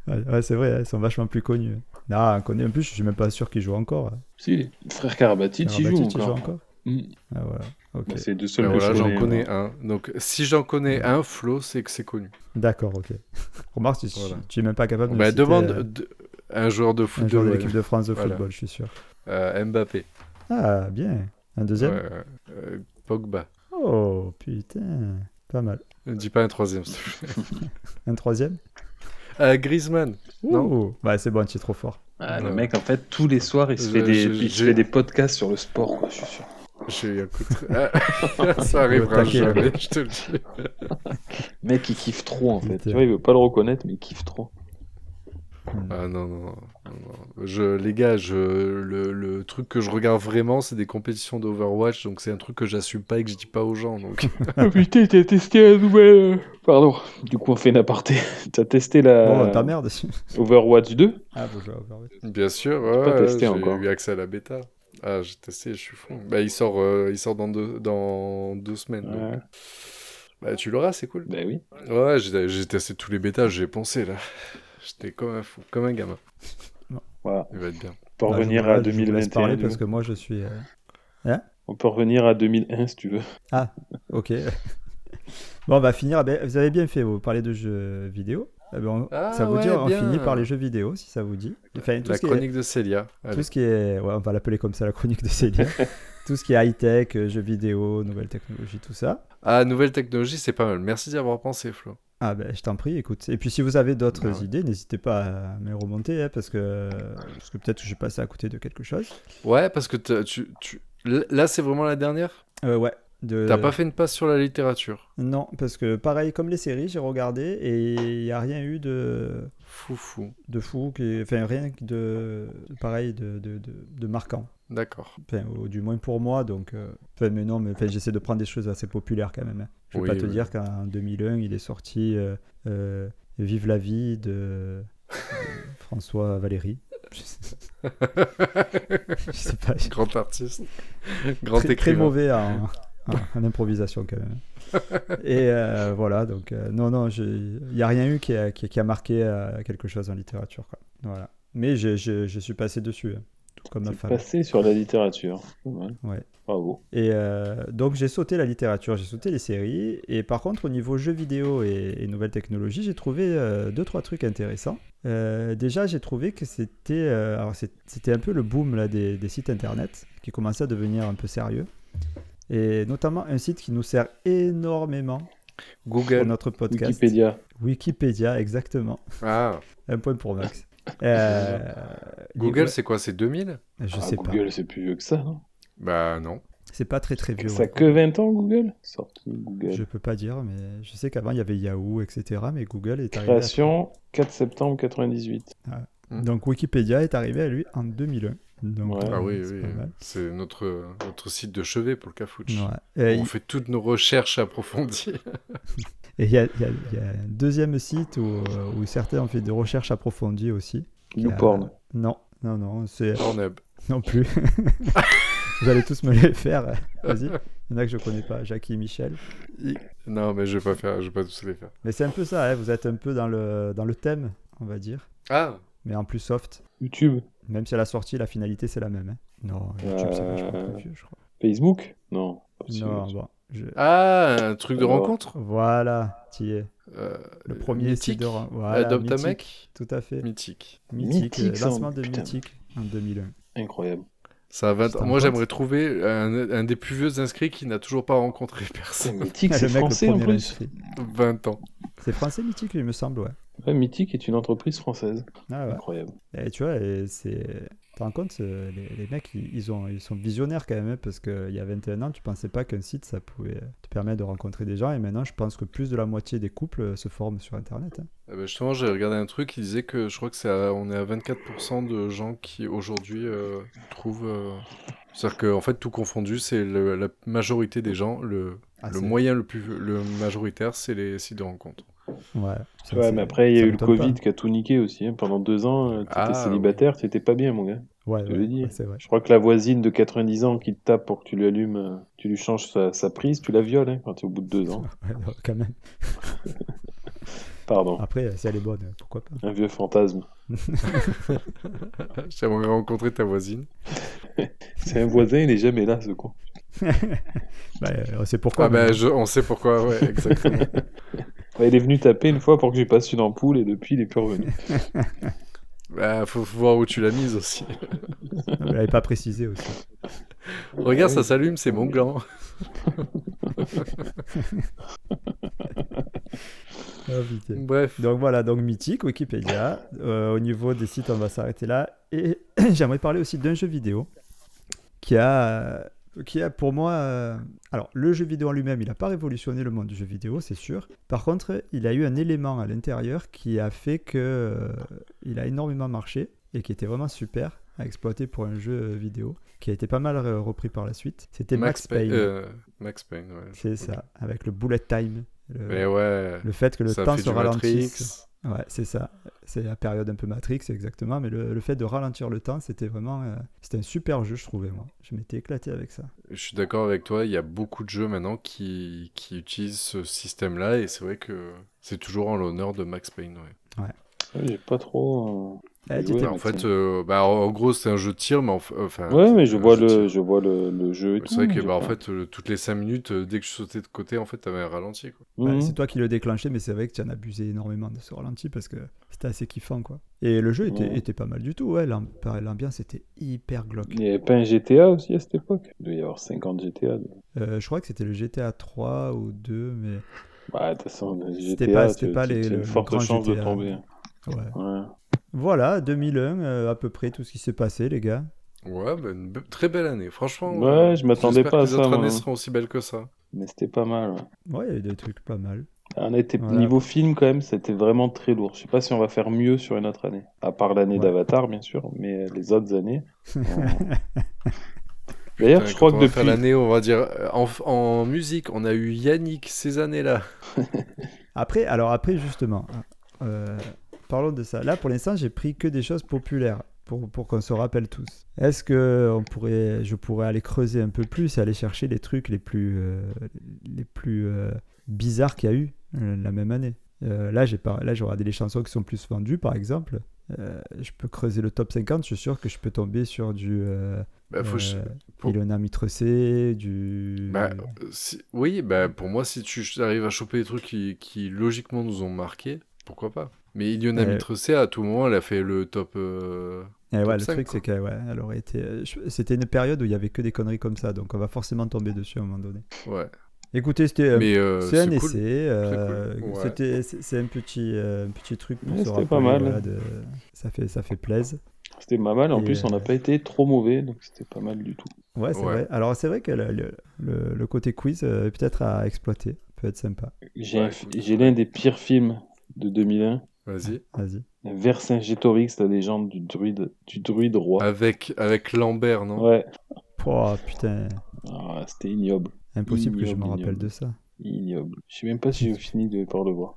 Speaker 2: Ouais, ouais, c'est vrai, hein, ils sont vachement plus connus. Non, on connaît. En plus, je suis même pas sûr qu'ils jouent encore.
Speaker 4: Si, le frère Karabatic, il joue
Speaker 2: Karabatic, ils
Speaker 4: encore.
Speaker 2: jouent encore
Speaker 4: Mm.
Speaker 2: Ah, voilà. Ok.
Speaker 4: Bah, C'est deux seuls
Speaker 3: Ben
Speaker 4: que
Speaker 3: voilà,
Speaker 4: je
Speaker 3: j'en
Speaker 4: connais,
Speaker 3: connais
Speaker 4: moi.
Speaker 3: un. Donc, si j'en connais un, Flo, c'est que c'est connu.
Speaker 2: D'accord, ok. Remarque, tu,
Speaker 3: Voilà.
Speaker 2: tu es même pas capable de
Speaker 3: Bah,
Speaker 2: citer,
Speaker 3: demande
Speaker 2: euh,
Speaker 3: de- un joueur de
Speaker 2: un joueur
Speaker 3: football,
Speaker 2: de l'équipe de France de
Speaker 3: Voilà.
Speaker 2: football, je suis sûr.
Speaker 3: euh, Mbappé,
Speaker 2: Ah, bien. Un deuxième
Speaker 3: Euh, euh, Pogba.
Speaker 2: Oh, putain. Pas mal.
Speaker 3: Ne dis pas un troisième. s'il te plaît.
Speaker 2: Un troisième
Speaker 3: Euh, Griezmann. Non.
Speaker 2: Ouh. Bah, c'est bon, tu es trop fort.
Speaker 4: Ah,
Speaker 3: Ouais.
Speaker 4: le mec, en fait, tous les soirs, il se
Speaker 3: Je-
Speaker 4: fait, des,
Speaker 3: je-
Speaker 4: il se
Speaker 3: j'ai-
Speaker 4: fait des podcasts sur le sport, quoi, je suis sûr.
Speaker 3: J'ai eu un coup de- Ah, Ça arrivera
Speaker 2: Attaquer, là.
Speaker 3: jamais, je te le dis.
Speaker 4: Le mec, il kiffe trop, en fait.
Speaker 2: Putain.
Speaker 4: Tu vois, il veut pas le reconnaître, mais il kiffe trop.
Speaker 3: Ah non, non, non, non. Je, les gars, je, le, le truc que je regarde vraiment, c'est des compétitions d'Overwatch, donc c'est un truc que j'assume pas et que je dis pas aux gens. Donc.
Speaker 4: oh putain, t'as testé la nouvelle. euh. Pardon. Du coup, on fait une aparté. T'as testé
Speaker 3: Euh,
Speaker 2: Bon,
Speaker 4: la
Speaker 2: ta merde.
Speaker 4: Overwatch 2
Speaker 2: ah, bonjour. bonjour.
Speaker 3: Bien sûr,
Speaker 4: pas
Speaker 3: ouais,
Speaker 4: testé
Speaker 3: j'ai
Speaker 4: encore.
Speaker 3: eu accès à la bêta. Ah, j'ai testé, je suis fou. Bah, il sort, euh, il sort dans deux, dans deux semaines. donc.
Speaker 4: Ouais.
Speaker 3: Bah, tu l'auras, c'est cool.
Speaker 4: Ben oui.
Speaker 3: Ouais, j'ai j'ai testé tous les bêtas, j'ai pensé là. J'étais comme un fou, comme un gamin.
Speaker 4: Voilà.
Speaker 3: Il va être bien.
Speaker 4: On peut
Speaker 2: Bah, je
Speaker 4: revenir
Speaker 2: vous-
Speaker 4: à
Speaker 2: je vous laisse
Speaker 4: 2021.
Speaker 2: parler
Speaker 4: du
Speaker 2: parce
Speaker 4: coup.
Speaker 2: que moi, je suis. euh,
Speaker 4: On peut revenir à 2001, si tu veux.
Speaker 2: Ok. Bon, on va finir. Ah ben, Vous avez bien fait, vous parlez de jeux vidéo. Eh ben, on-
Speaker 3: Ah,
Speaker 2: ça vous dit,
Speaker 3: ouais,
Speaker 2: on
Speaker 3: bien.
Speaker 2: finit par les jeux vidéo, si ça vous dit. Enfin, tout
Speaker 3: La
Speaker 2: ce qui est-
Speaker 3: chronique de Célia. Allez.
Speaker 2: tout ce qui est, ouais, on va l'appeler comme ça, la chronique de Célia. tout ce qui est high-tech, euh, jeux vidéo, nouvelles technologies, tout ça.
Speaker 3: Ah, nouvelle technologie, c'est pas mal. Merci d'y avoir pensé, Flo.
Speaker 2: Ah ben, je t'en prie, écoute. Et puis si vous avez d'autres
Speaker 3: Bah ouais.
Speaker 2: idées, n'hésitez pas à me remonter, hein, parce que, parce que peut-être que j'ai passé à côté de quelque chose.
Speaker 3: Ouais, parce que t'as- tu, tu... l- là, c'est vraiment la dernière.
Speaker 2: Euh, ouais. De...
Speaker 3: T'as pas fait une passe sur la littérature.
Speaker 2: Non, parce que pareil, comme les séries, j'ai regardé et il n'y a rien eu de,
Speaker 3: Fou, fou.
Speaker 2: de fou, qui... enfin rien que de pareil, de, de, de, de marquant.
Speaker 3: D'accord.
Speaker 2: Enfin, au- du moins pour moi, donc. euh, Enfin, mais non, mais enfin, j'essaie de prendre des choses assez populaires quand même. hein. Je vais
Speaker 3: Oui,
Speaker 2: pas te
Speaker 3: oui.
Speaker 2: dire qu'en 2001, il est sorti euh, euh, Vive la vie de, de François Valéry. Je sais, je sais pas. je-
Speaker 3: Grand artiste. Grand
Speaker 2: très, très
Speaker 3: écrivain.
Speaker 2: mauvais en, en- en improvisation quand même. Et euh, voilà, donc euh, non, non, il n'y a rien eu qui a, qui, qui a marqué euh, quelque chose en littérature. Quoi. Voilà. Mais je, je- je suis passé dessus, hein, tout comme ma
Speaker 4: C'est
Speaker 2: femme.
Speaker 4: passé sur la littérature. Pas mal.
Speaker 2: Ouais.
Speaker 4: Bravo.
Speaker 2: Et euh, donc j'ai sauté la littérature, j'ai sauté les séries. Et par contre, au niveau jeux vidéo et, et nouvelles technologies, j'ai trouvé euh, deux trois trucs intéressants. Euh, déjà, j'ai trouvé que c'était euh, alors c'est- c'était un peu le boom là des, des sites internet qui commençait à devenir un peu sérieux. Et notamment un site qui nous sert énormément pour
Speaker 3: Google.
Speaker 2: notre podcast.
Speaker 4: Wikipédia.
Speaker 2: Wikipédia, exactement.
Speaker 3: Ah,
Speaker 2: Un point pour Max. Euh,
Speaker 3: Google, c'est quoi C'est 2000
Speaker 2: Je
Speaker 4: Ah,
Speaker 2: sais pas.
Speaker 4: Google, c'est plus vieux que ça. hein.
Speaker 3: Bah non.
Speaker 2: C'est pas très très vieux.
Speaker 4: ça a
Speaker 2: ouais.
Speaker 4: que 20 ans, Google Sorti Google.
Speaker 2: Je peux pas dire, mais je sais qu'avant il y avait Yahoo, etc. Mais Google est arrivé. à-
Speaker 4: Création 4 septembre 98.
Speaker 2: Donc Wikipédia est arrivé à lui en 2001. Donc,
Speaker 4: Ouais.
Speaker 2: euh,
Speaker 3: Ah oui,
Speaker 2: c'est
Speaker 3: oui.
Speaker 2: pas mal.
Speaker 3: C'est notre, notre site de chevet pour le cafouche.
Speaker 2: Ouais. Et
Speaker 3: On
Speaker 2: il-
Speaker 3: fait toutes nos recherches approfondies.
Speaker 2: et il y, a- il y a- il y a un deuxième site où, euh, où certains ont fait des recherches approfondies aussi. qui a-
Speaker 4: YouPorn.
Speaker 2: Non, non, non, c'est
Speaker 3: Pornhub.
Speaker 2: non plus. Vous allez tous me les faire. Vas-y. Il y en a que je connais pas, Jackie Michel.
Speaker 3: Non, mais je vais pas faire, je vais pas tous les faire.
Speaker 2: Mais c'est un peu ça, hein, vous êtes un peu dans le, dans le thème, on va dire.
Speaker 3: Ah,
Speaker 2: Mais en plus soft.
Speaker 4: YouTube.
Speaker 2: Même si à la sortie, la finalité, c'est la même. hein. Non, YouTube, c'est vachement
Speaker 4: Euh,
Speaker 2: plus vieux, je crois.
Speaker 4: Facebook Non. pas possible.
Speaker 2: Non, bon. je-
Speaker 3: ah, un truc de
Speaker 4: Alors,
Speaker 3: rencontre.
Speaker 2: Voilà, t'y es.
Speaker 3: Euh,
Speaker 2: Oh. Le premier
Speaker 3: Mythique.
Speaker 2: site de ren-
Speaker 4: Euh,
Speaker 2: voilà,
Speaker 3: Adopte un
Speaker 2: Mythique.
Speaker 3: mec.
Speaker 2: Tout à fait.
Speaker 3: Mythique.
Speaker 2: Mythique,
Speaker 4: Mythique,
Speaker 2: euh,
Speaker 4: ça,
Speaker 2: lancement de
Speaker 4: putain.
Speaker 2: Mythique en 2001.
Speaker 4: Incroyable.
Speaker 3: Ça a 20
Speaker 2: Putain,
Speaker 3: ans. Moi,
Speaker 2: quand-
Speaker 3: j'aimerais trouver un, un des plus vieux inscrits qui n'a toujours pas rencontré
Speaker 4: C'est
Speaker 3: personne.
Speaker 4: Mythique,
Speaker 2: Ah,
Speaker 4: c'est français en plus.
Speaker 2: inscrit.
Speaker 3: 20 ans.
Speaker 2: C'est français Mythique, il me semble, ouais.
Speaker 4: Ouais, Mythique est une entreprise française.
Speaker 2: Ah ouais.
Speaker 4: Incroyable.
Speaker 2: Et tu vois, et c'est. Tu te rends compte, euh, les, les mecs, ils, ils ont, ils sont visionnaires quand même, hein, parce qu'il y a 21 ans, tu pensais pas qu'un site, ça pouvait euh, te permettre de rencontrer des gens, et maintenant, je pense que plus de la moitié des couples euh, se forment sur Internet. hein.
Speaker 3: Ah bah, justement, j'ai regardé un truc qui disait que je crois que c'est à- on est à 24% de gens qui aujourd'hui euh, trouvent. euh, C'est-à-dire qu'en fait, tout confondu, c'est le- la majorité des gens. Le,
Speaker 2: Ah,
Speaker 3: le
Speaker 2: c'est-
Speaker 3: moyen le plus le majoritaire, c'est les sites de rencontre.
Speaker 2: Ouais, Ça,
Speaker 4: Ouais,
Speaker 2: c'est-
Speaker 4: mais après, il y a
Speaker 2: ça
Speaker 4: eu le
Speaker 2: m'étonne pas.
Speaker 4: Covid qui a tout niqué aussi. hein. Pendant deux ans, euh, t'étais
Speaker 3: Ah,
Speaker 4: célibataire, t'étais pas bien, mon gars.
Speaker 2: Ouais,
Speaker 4: je
Speaker 2: ouais,
Speaker 4: l'ai dit.
Speaker 2: ouais, c'est vrai.
Speaker 4: Je crois que la voisine de 90 ans qui te tape pour que tu lui allumes, euh, tu lui changes sa, sa prise, tu la violes hein, quand t'es au bout de deux ans.
Speaker 2: Ouais, non, quand même.
Speaker 4: Pardon,
Speaker 2: Après, euh, si elle est bonne, euh, pourquoi pas.
Speaker 4: un vieux fantasme.
Speaker 3: J'aimerais rencontrer ta voisine.
Speaker 4: C'est un voisin, il est jamais là, ce con.
Speaker 2: Bah, euh, c'est pourquoi.
Speaker 3: Ah bah,
Speaker 2: maintenant.
Speaker 3: je- on sait pourquoi, ouais, exactement.
Speaker 4: Ouais, il est venu taper une fois pour que je lui passe une ampoule et depuis, il est plus revenu.
Speaker 3: bah, faut faut voir où tu l'as mise aussi.
Speaker 2: Ah Non, mais hein. Elle n'avait pas précisé aussi.
Speaker 3: Regarde,
Speaker 4: Ah oui.
Speaker 3: ça s'allume, c'est mon gland.
Speaker 2: Ah, putain.
Speaker 3: Bref.
Speaker 2: Donc voilà, donc mythique, Wikipédia. Euh, au niveau des sites, on va s'arrêter là. Et j'aimerais parler aussi d'un jeu vidéo qui a, qui a pour moi... euh, Alors, le jeu vidéo en lui-même, il n'a pas révolutionné le monde du jeu vidéo, c'est sûr. Par contre, il a eu un élément à l'intérieur qui a fait que euh, il a énormément marché et qui était vraiment super à exploiter pour un jeu vidéo, qui a été pas mal euh, repris par la suite. C'était Max,
Speaker 3: Payne.
Speaker 2: Payne.
Speaker 3: euh, Max Payne, ouais.
Speaker 2: C'est ça, avec le bullet time. Le,
Speaker 3: Mais ouais,
Speaker 2: le fait que le
Speaker 3: ça
Speaker 2: temps
Speaker 3: fait
Speaker 2: se
Speaker 3: du
Speaker 2: ralentisse.
Speaker 3: Matrix.
Speaker 2: Ouais, c'est ça. C'est la période un peu Matrix, exactement. Mais le, le fait de ralentir le temps, c'était vraiment. euh, c'était un super jeu, je trouvais, moi. Je m'étais éclaté avec ça.
Speaker 3: Je suis d'accord avec toi, il y a beaucoup de jeux maintenant qui, qui utilisent ce système-là et c'est vrai que c'est toujours en l'honneur de Max Payne. ouais.
Speaker 4: Ouais, J'ai pas trop. euh,
Speaker 2: Eh, tu
Speaker 4: Ouais,
Speaker 2: t'es-
Speaker 3: en
Speaker 4: Maxime.
Speaker 3: fait, euh, bah, en gros, c'est un jeu de tir, mais en f- euh, enfin.
Speaker 2: Ah,
Speaker 4: Ouais, mais je
Speaker 3: un
Speaker 4: vois
Speaker 3: jeu de
Speaker 4: le,
Speaker 3: tir.
Speaker 4: je vois le, le jeu. et
Speaker 3: C'est vrai
Speaker 4: tout,
Speaker 3: que,
Speaker 4: je
Speaker 3: bah, en
Speaker 4: crois.
Speaker 3: fait, euh, toutes les 5 minutes, euh, dès que je sautais de côté, en fait, t'avais un ralenti, quoi.
Speaker 2: Ouais,
Speaker 4: Mhm.
Speaker 2: bah, c'est toi qui le déclenchais, mais c'est vrai que tu en abusais énormément de ce ralenti parce que c'était assez kiffant quoi. Et le jeu était,
Speaker 4: Ouais.
Speaker 2: était pas mal du tout, ouais. l'am- pareil, L'ambiance était hyper glauque.
Speaker 4: Il n'y avait pas un GTA aussi à cette époque Il devait y avoir 50 GTA. donc.
Speaker 2: Euh, je crois que c'était le GTA 3 ou 2, mais
Speaker 4: Bah, de toute façon, le
Speaker 2: C'était
Speaker 4: GTA,
Speaker 2: pas- c'était
Speaker 4: tu-
Speaker 2: pas
Speaker 4: tu-
Speaker 2: les-
Speaker 4: tu as
Speaker 2: le-
Speaker 4: une
Speaker 2: le
Speaker 4: forte
Speaker 2: grand
Speaker 4: chance de
Speaker 2: GTA.
Speaker 4: tomber.
Speaker 2: ouais.
Speaker 4: Ouais.
Speaker 2: Voilà, 2001 euh, à peu près tout ce qui s'est passé les gars.
Speaker 3: Ouais, bah, une be- très belle année, franchement.
Speaker 4: Ouais,
Speaker 3: euh,
Speaker 4: je m'attendais
Speaker 3: j'espère
Speaker 4: pas
Speaker 3: que
Speaker 4: à
Speaker 3: les
Speaker 4: ça,
Speaker 3: autres
Speaker 4: moi.
Speaker 3: années seront aussi belles que ça.
Speaker 4: Mais c'était pas mal. ouais.
Speaker 2: Ouais, il y a eu des trucs pas mal.
Speaker 4: On était
Speaker 2: Voilà.
Speaker 4: niveau film quand même, c'était vraiment très lourd. Je sais pas si on va faire mieux sur une autre année, à part l'année
Speaker 2: Ouais.
Speaker 4: d'Avatar bien sûr, mais euh, les autres années. on- D'ailleurs,
Speaker 3: Putain,
Speaker 4: je crois
Speaker 3: quand
Speaker 4: que
Speaker 3: on va faire
Speaker 4: depuis,
Speaker 3: l'année, on va dire euh, en, f- en musique, on a eu Yannick ces années-là.
Speaker 2: Après, alors après justement, euh, parlons de ça. Là pour l'instant j'ai pris que des choses populaires pour, pour qu'on se rappelle tous. Est-ce que on pourrait, je pourrais aller creuser un peu plus et aller chercher les trucs les plus, euh, les plus euh, bizarres qu'il y a eu euh, la même année Euh, Là j'ai pas, là j'ai regardé les chansons qui sont plus vendues par exemple. Euh, je peux creuser le top 50, je suis sûr que je peux tomber sur du euh,
Speaker 3: Bah, faut que je-
Speaker 2: euh,
Speaker 3: pour-
Speaker 2: Ilona Mitrocé, du...
Speaker 3: Bah,
Speaker 2: Hmm.
Speaker 3: euh, si- Oui, bah, pour moi, si tu arrives à choper des trucs qui, qui, logiquement nous ont marqué, pourquoi pas Mais Iliona
Speaker 2: Ouais.
Speaker 3: Mitrocé, à tout moment, elle a fait le top. euh,
Speaker 2: Eh ouais,
Speaker 3: Top
Speaker 2: le
Speaker 3: 5,
Speaker 2: truc,
Speaker 3: quoi.
Speaker 2: c'est qu'elle ouais, elle aurait été. euh, je- C'était une période où il n'y avait que des conneries comme ça, donc on va forcément tomber dessus à un moment donné.
Speaker 3: Ouais.
Speaker 2: Écoutez, c'était euh,
Speaker 3: Mais euh,
Speaker 2: c'est un
Speaker 3: c'est
Speaker 2: essai.
Speaker 3: cool.
Speaker 2: euh,
Speaker 3: cool, ouais.
Speaker 2: c'était- C'est c'est un petit, euh, un petit truc pour
Speaker 4: Ouais,
Speaker 2: se
Speaker 4: c'était
Speaker 2: rappeler,
Speaker 4: pas mal.
Speaker 2: voilà, de- ça fait, ça fait plaisir.
Speaker 4: c'était pas mal. En
Speaker 2: Et,
Speaker 4: plus, on
Speaker 2: euh,
Speaker 4: n'a pas été trop mauvais, donc c'était pas mal du tout.
Speaker 2: Ouais, c'est
Speaker 3: Ouais.
Speaker 2: vrai. Alors, c'est vrai que le, le- le- le côté quiz euh, est peut-être à exploiter. Peut être sympa.
Speaker 4: J'ai
Speaker 3: Ouais,
Speaker 4: un fi-
Speaker 3: écoute,
Speaker 4: j'ai l'un des pires films de 2001,
Speaker 3: Vas-y.
Speaker 2: Vas-y.
Speaker 4: Vercingétorix, la légende du druide, du druide roi.
Speaker 3: Avec, avec Lambert, non
Speaker 4: Ouais,
Speaker 2: Oh, putain.
Speaker 4: Ah, c'était ignoble,
Speaker 2: Impossible que je me
Speaker 4: Ignoble,
Speaker 2: rappelle
Speaker 4: ignoble.
Speaker 2: de ça.
Speaker 4: ignoble. Je sais même pas si j'ai fini de par le voir.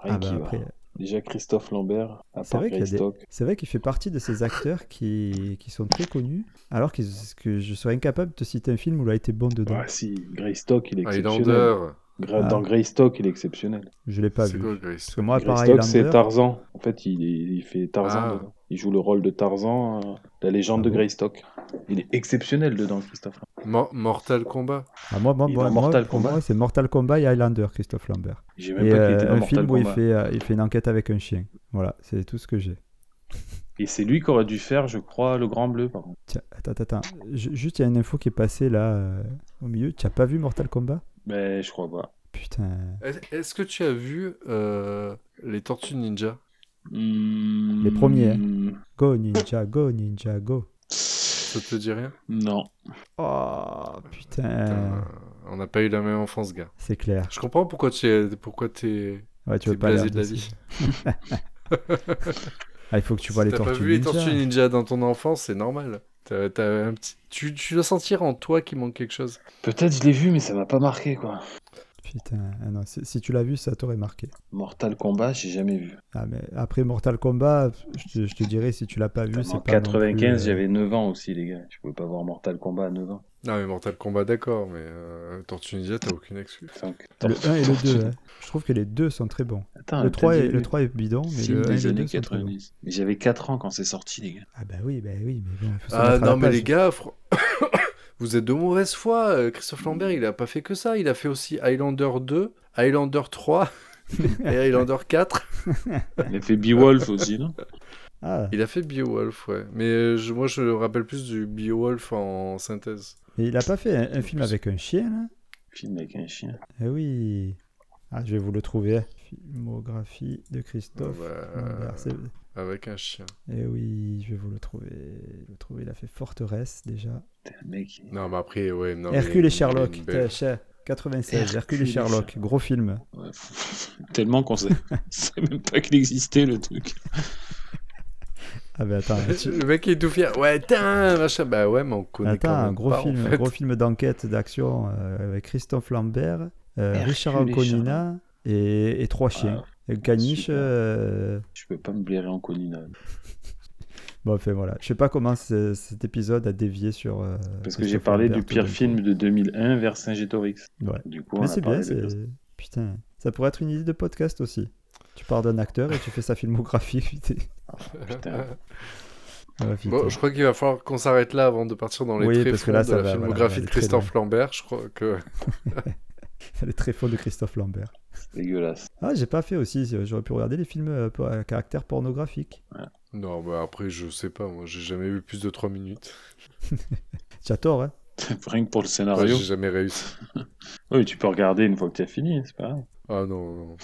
Speaker 4: Rien
Speaker 2: Ah, bah
Speaker 4: qui va.
Speaker 2: après.
Speaker 4: Déjà Christophe Lambert, à
Speaker 2: C'est
Speaker 4: part
Speaker 2: vrai qu'il y a des-
Speaker 4: Greystock.
Speaker 2: C'est vrai qu'il fait partie de ces acteurs qui, qui sont très connus, alors qu'ils- que je serais incapable de te citer un film où il a été bon dedans.
Speaker 4: Ah si, Greystock,
Speaker 3: Ah,
Speaker 4: Ah, il est exceptionnel.
Speaker 3: Highlander.
Speaker 4: Gra-
Speaker 2: Ah.
Speaker 4: Dans Greystock, il est exceptionnel.
Speaker 2: Je l'ai pas
Speaker 3: C'est
Speaker 2: vu.
Speaker 3: quoi,
Speaker 2: Parce
Speaker 3: Grace
Speaker 2: que moi, pareil,
Speaker 4: Greystock, c'est
Speaker 2: Highlander-
Speaker 4: Tarzan. En fait, il, est- il fait Tarzan.
Speaker 3: Ah.
Speaker 4: dedans. Il joue le rôle de Tarzan, euh, la légende
Speaker 2: Ah
Speaker 4: de
Speaker 2: bon
Speaker 4: Greystock. Il est exceptionnel dedans, Christophe.
Speaker 3: Mo- Mortal Combat.
Speaker 2: Ah, moi, moi,
Speaker 4: il est
Speaker 2: moi,
Speaker 4: dans
Speaker 2: moi,
Speaker 4: Mortal
Speaker 2: pour
Speaker 4: Kombat.
Speaker 2: moi, c'est Mortal Kombat et Highlander, Christophe Lambert.
Speaker 4: J'ai même
Speaker 2: Et
Speaker 4: pas qu'il était
Speaker 2: euh,
Speaker 4: dans
Speaker 2: un
Speaker 4: Mortal
Speaker 2: film où il
Speaker 4: Kombat.
Speaker 2: fait, euh, il fait une enquête avec un chien. Voilà, c'est tout ce que j'ai.
Speaker 4: Et c'est lui qui aurait dû faire, je crois, le Grand Bleu. Par contre.
Speaker 2: Tiens, attends, attends. attends. Ju- juste, il y a une info qui est passée là euh, au milieu. Tu n'as pas vu Mortal Kombat
Speaker 4: Mais je crois pas.
Speaker 2: Putain.
Speaker 3: Est- Est-ce que tu as vu euh, les Tortues Ninja
Speaker 4: Hmm,
Speaker 2: Les premiers, hein. Go Ninja, go Ninja, go.
Speaker 3: Ça te dit rien
Speaker 4: Non.
Speaker 2: Oh putain.
Speaker 3: Putain, On n'a pas eu la même enfance, gars.
Speaker 2: C'est clair.
Speaker 3: Je comprends pourquoi tu es, pourquoi t'es
Speaker 2: Ouais, tu
Speaker 3: t'es
Speaker 2: veux pas l'air
Speaker 3: blasé de la
Speaker 2: dessus.
Speaker 3: vie.
Speaker 2: Ah, il faut que tu vois
Speaker 3: Si
Speaker 2: les
Speaker 3: T'as
Speaker 2: tortues.
Speaker 3: pas vu les
Speaker 2: Ninja.
Speaker 3: Tortues Ninja dans ton enfance, c'est normal. T'as- t'as un petit... tu, tu dois sentir en toi qu'il manque quelque chose.
Speaker 4: Peut-être je l'ai vu, mais ça m'a pas marqué, quoi.
Speaker 2: Putain, ah non, si si tu l'as vu, ça t'aurait marqué.
Speaker 4: Mortal Kombat, j'ai jamais vu.
Speaker 2: Ah, mais après Mortal Kombat, je te, je te dirais si tu l'as pas vu, c'est
Speaker 4: en
Speaker 2: pas. non
Speaker 4: 95,
Speaker 2: plus, euh,
Speaker 4: j'avais 9 ans aussi, les gars. Tu pouvais pas voir Mortal Kombat à 9 ans.
Speaker 3: Non, mais Mortal Kombat, d'accord, mais euh, Tortues Ninja, t'as aucune excuse.
Speaker 4: Donc,
Speaker 2: Le 1 et le 2, hein. je trouve que les deux sont très bons.
Speaker 4: Attends,
Speaker 2: le, 3 est,
Speaker 4: et
Speaker 2: Ah, le 3 est bidon, mais
Speaker 4: film
Speaker 2: le 1 et
Speaker 4: des
Speaker 2: le
Speaker 4: années
Speaker 2: 2 sont très bons.
Speaker 4: 90. Mais j'avais 4 ans quand c'est sorti, les gars.
Speaker 2: Ah bah oui, bah oui, mais bon, il faut se
Speaker 3: Ah
Speaker 2: mettre à
Speaker 3: non,
Speaker 2: la
Speaker 3: mais
Speaker 2: place.
Speaker 3: les gars, fr- vous êtes de mauvaise foi. Euh, Christophe Lambert, il a pas fait que ça. Il a fait aussi Highlander 2, Highlander 3 et Highlander 4.
Speaker 4: Il a fait Beowulf aussi, non
Speaker 2: Ah,
Speaker 3: Il a fait Beowulf, ouais. Mais euh, je- moi, je me rappelle plus du Beowulf en synthèse.
Speaker 2: mais il a pas fait un, un film avec un chien, là
Speaker 4: Film avec un chien.
Speaker 2: Eh oui. Ah, je vais vous le trouver. Filmographie de Christophe.
Speaker 3: Ouais,
Speaker 2: Lambert, bah, c'est-
Speaker 3: bah, Avec un chien.
Speaker 2: Eh oui, je vais vous le trouver. Je vais le trouver. Il a fait Forteresse déjà.
Speaker 4: Putain, le mec. il-
Speaker 3: Non, mais après, ouais.
Speaker 4: Ah
Speaker 3: Non, mais
Speaker 2: Hercule et
Speaker 3: il- il a
Speaker 2: Sherlock.
Speaker 3: une belle-
Speaker 2: t'as- cher- 96. Hercule et
Speaker 4: Hercule et
Speaker 2: Sherlock. Gros film.
Speaker 4: ouais, Tellement qu'on sait... sait même pas qu'il existait, le truc.
Speaker 2: Ah ben attends. tu-
Speaker 3: Le mec est tout fier. Ouais, tain, machin. Bah ouais, mais on connaît
Speaker 2: Attends,
Speaker 3: quand même
Speaker 2: un gros
Speaker 3: pas, en
Speaker 2: film,
Speaker 3: fait.
Speaker 2: un gros film d'enquête, d'action euh, avec Christophe Lambert, euh,
Speaker 4: Hercule
Speaker 2: Richard
Speaker 4: et
Speaker 2: Anconina et, et trois
Speaker 4: Ah.
Speaker 2: chiens. Et Caniche.
Speaker 4: super.
Speaker 2: euh,
Speaker 4: Je peux pas me blairer en hein. Conina.
Speaker 2: Bon, enfin voilà. Je sais pas comment ce- cet épisode a dévié sur. euh,
Speaker 4: Parce que
Speaker 2: Christophe
Speaker 4: j'ai parlé
Speaker 2: Lambert
Speaker 4: du
Speaker 2: tout
Speaker 4: pire
Speaker 2: d'un coup.
Speaker 4: film de 2001 vers Saint-Gétorix.
Speaker 2: Ouais.
Speaker 4: Du coup, on
Speaker 2: Mais
Speaker 4: a
Speaker 2: c'est
Speaker 4: parlé
Speaker 2: bien.
Speaker 4: de-
Speaker 2: c'est- Putain, ça pourrait être une idée de podcast aussi. Tu pars d'un acteur et tu fais sa filmographie. putain.
Speaker 4: Putain.
Speaker 2: Ah, putain.
Speaker 3: Bon, je crois qu'il va falloir qu'on s'arrête là avant de partir dans les
Speaker 2: Oui, parce que
Speaker 3: tréfonds
Speaker 2: là,
Speaker 3: de
Speaker 2: ça
Speaker 3: la
Speaker 2: va, voilà,
Speaker 3: filmographie
Speaker 2: on va aller
Speaker 3: de
Speaker 2: très
Speaker 3: Christophe Lambert. Je crois que
Speaker 2: Elle est très folle de Christophe Lambert.
Speaker 4: C'est dégueulasse.
Speaker 2: Ah, j'ai pas fait aussi. J'aurais pu regarder les films euh, po- à caractère pornographique.
Speaker 3: non, bah après je sais pas, moi j'ai jamais vu plus de 3 minutes.
Speaker 2: Tu as tort, hein
Speaker 4: Rien que pour le
Speaker 3: Enfin,
Speaker 4: scénario.
Speaker 3: j'ai jamais réussi.
Speaker 4: Oui, tu peux regarder une fois que t'as fini, c'est pas grave.
Speaker 3: Ah non, non.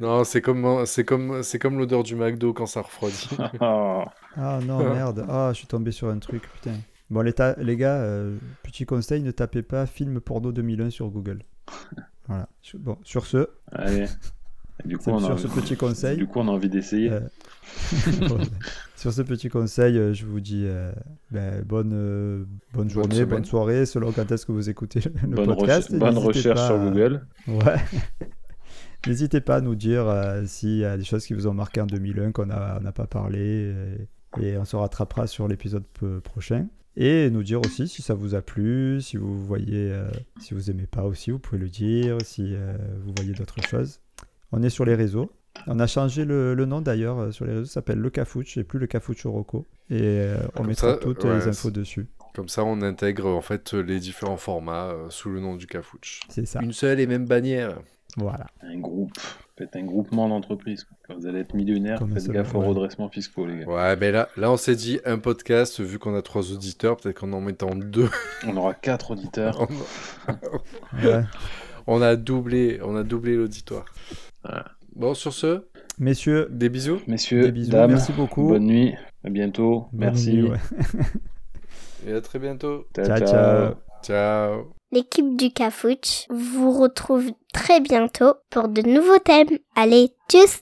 Speaker 3: non, c'est comme c'est comme c'est comme l'odeur du McDo quand ça refroidit.
Speaker 4: Ah,
Speaker 2: Ah non, merde. Ah, je suis tombé sur un truc, putain. Bon, les, ta- les gars, euh, petit conseil, ne tapez pas film porno 2001 sur Google. Voilà. Sur- Bon, sur ce,
Speaker 4: allez. Et du coup,
Speaker 2: sur
Speaker 4: on a
Speaker 2: ce
Speaker 4: envie...
Speaker 2: petit conseil,
Speaker 4: du coup, on a envie d'essayer.
Speaker 2: Euh, sur ce petit conseil, euh, je vous dis euh, ben, bonne, euh, bonne journée,
Speaker 3: semaine.
Speaker 2: bonne soirée, selon quand est-ce que vous écoutez le le
Speaker 4: bonne
Speaker 2: podcast.
Speaker 4: reche- bonne
Speaker 2: N'hésitez
Speaker 4: recherche
Speaker 2: pas
Speaker 4: sur
Speaker 2: à-
Speaker 4: Google.
Speaker 2: Ouais. N'hésitez pas à nous dire euh, s'il y a des choses qui vous ont marqué en 2001 qu'on a- on n'a pas parlé euh, et on se rattrapera sur l'épisode peu- prochain. Et nous dire aussi si ça vous a plu, si vous voyez, euh, si vous aimez pas aussi, vous pouvez le dire, si euh, vous voyez d'autres choses. On est sur les réseaux. On a changé le, le nom d'ailleurs euh, sur les réseaux, ça s'appelle Le Cafouche et plus Le Cafouche Oroco. Et euh, on
Speaker 3: Comme
Speaker 2: mettra
Speaker 3: ça,
Speaker 2: toutes
Speaker 3: ouais,
Speaker 2: les infos dessus.
Speaker 3: comme ça, on intègre en fait les différents formats euh, sous le nom du cafouche.
Speaker 2: C'est ça.
Speaker 3: Une seule et même bannière.
Speaker 2: Voilà.
Speaker 4: Un groupe. Faites un groupement d'entreprises. quoi. Quand vous allez être millionnaire,
Speaker 2: Comme un
Speaker 4: faites
Speaker 2: seul-
Speaker 4: gaffe aux
Speaker 2: ouais.
Speaker 4: redressements fiscaux, les gars.
Speaker 3: Ouais, mais là, là, on s'est dit un podcast. Vu qu'on a trois auditeurs, peut-être qu'en en mettant deux,
Speaker 4: On aura quatre auditeurs.
Speaker 3: on,
Speaker 2: Ouais.
Speaker 3: on a doublé, on a doublé l'auditoire.
Speaker 4: Ouais.
Speaker 3: Bon, sur ce,
Speaker 2: Messieurs,
Speaker 3: des bisous
Speaker 4: Messieurs,
Speaker 2: des bisous.
Speaker 4: dames,
Speaker 2: Merci beaucoup.
Speaker 4: bonne nuit. À bientôt.
Speaker 2: Bonne
Speaker 4: Merci.
Speaker 2: nuit, ouais.
Speaker 3: et à très bientôt.
Speaker 2: Ciao, ciao.
Speaker 3: Ciao.
Speaker 1: L'équipe du Cafouche vous retrouve très bientôt pour de nouveaux thèmes. Allez, tchuss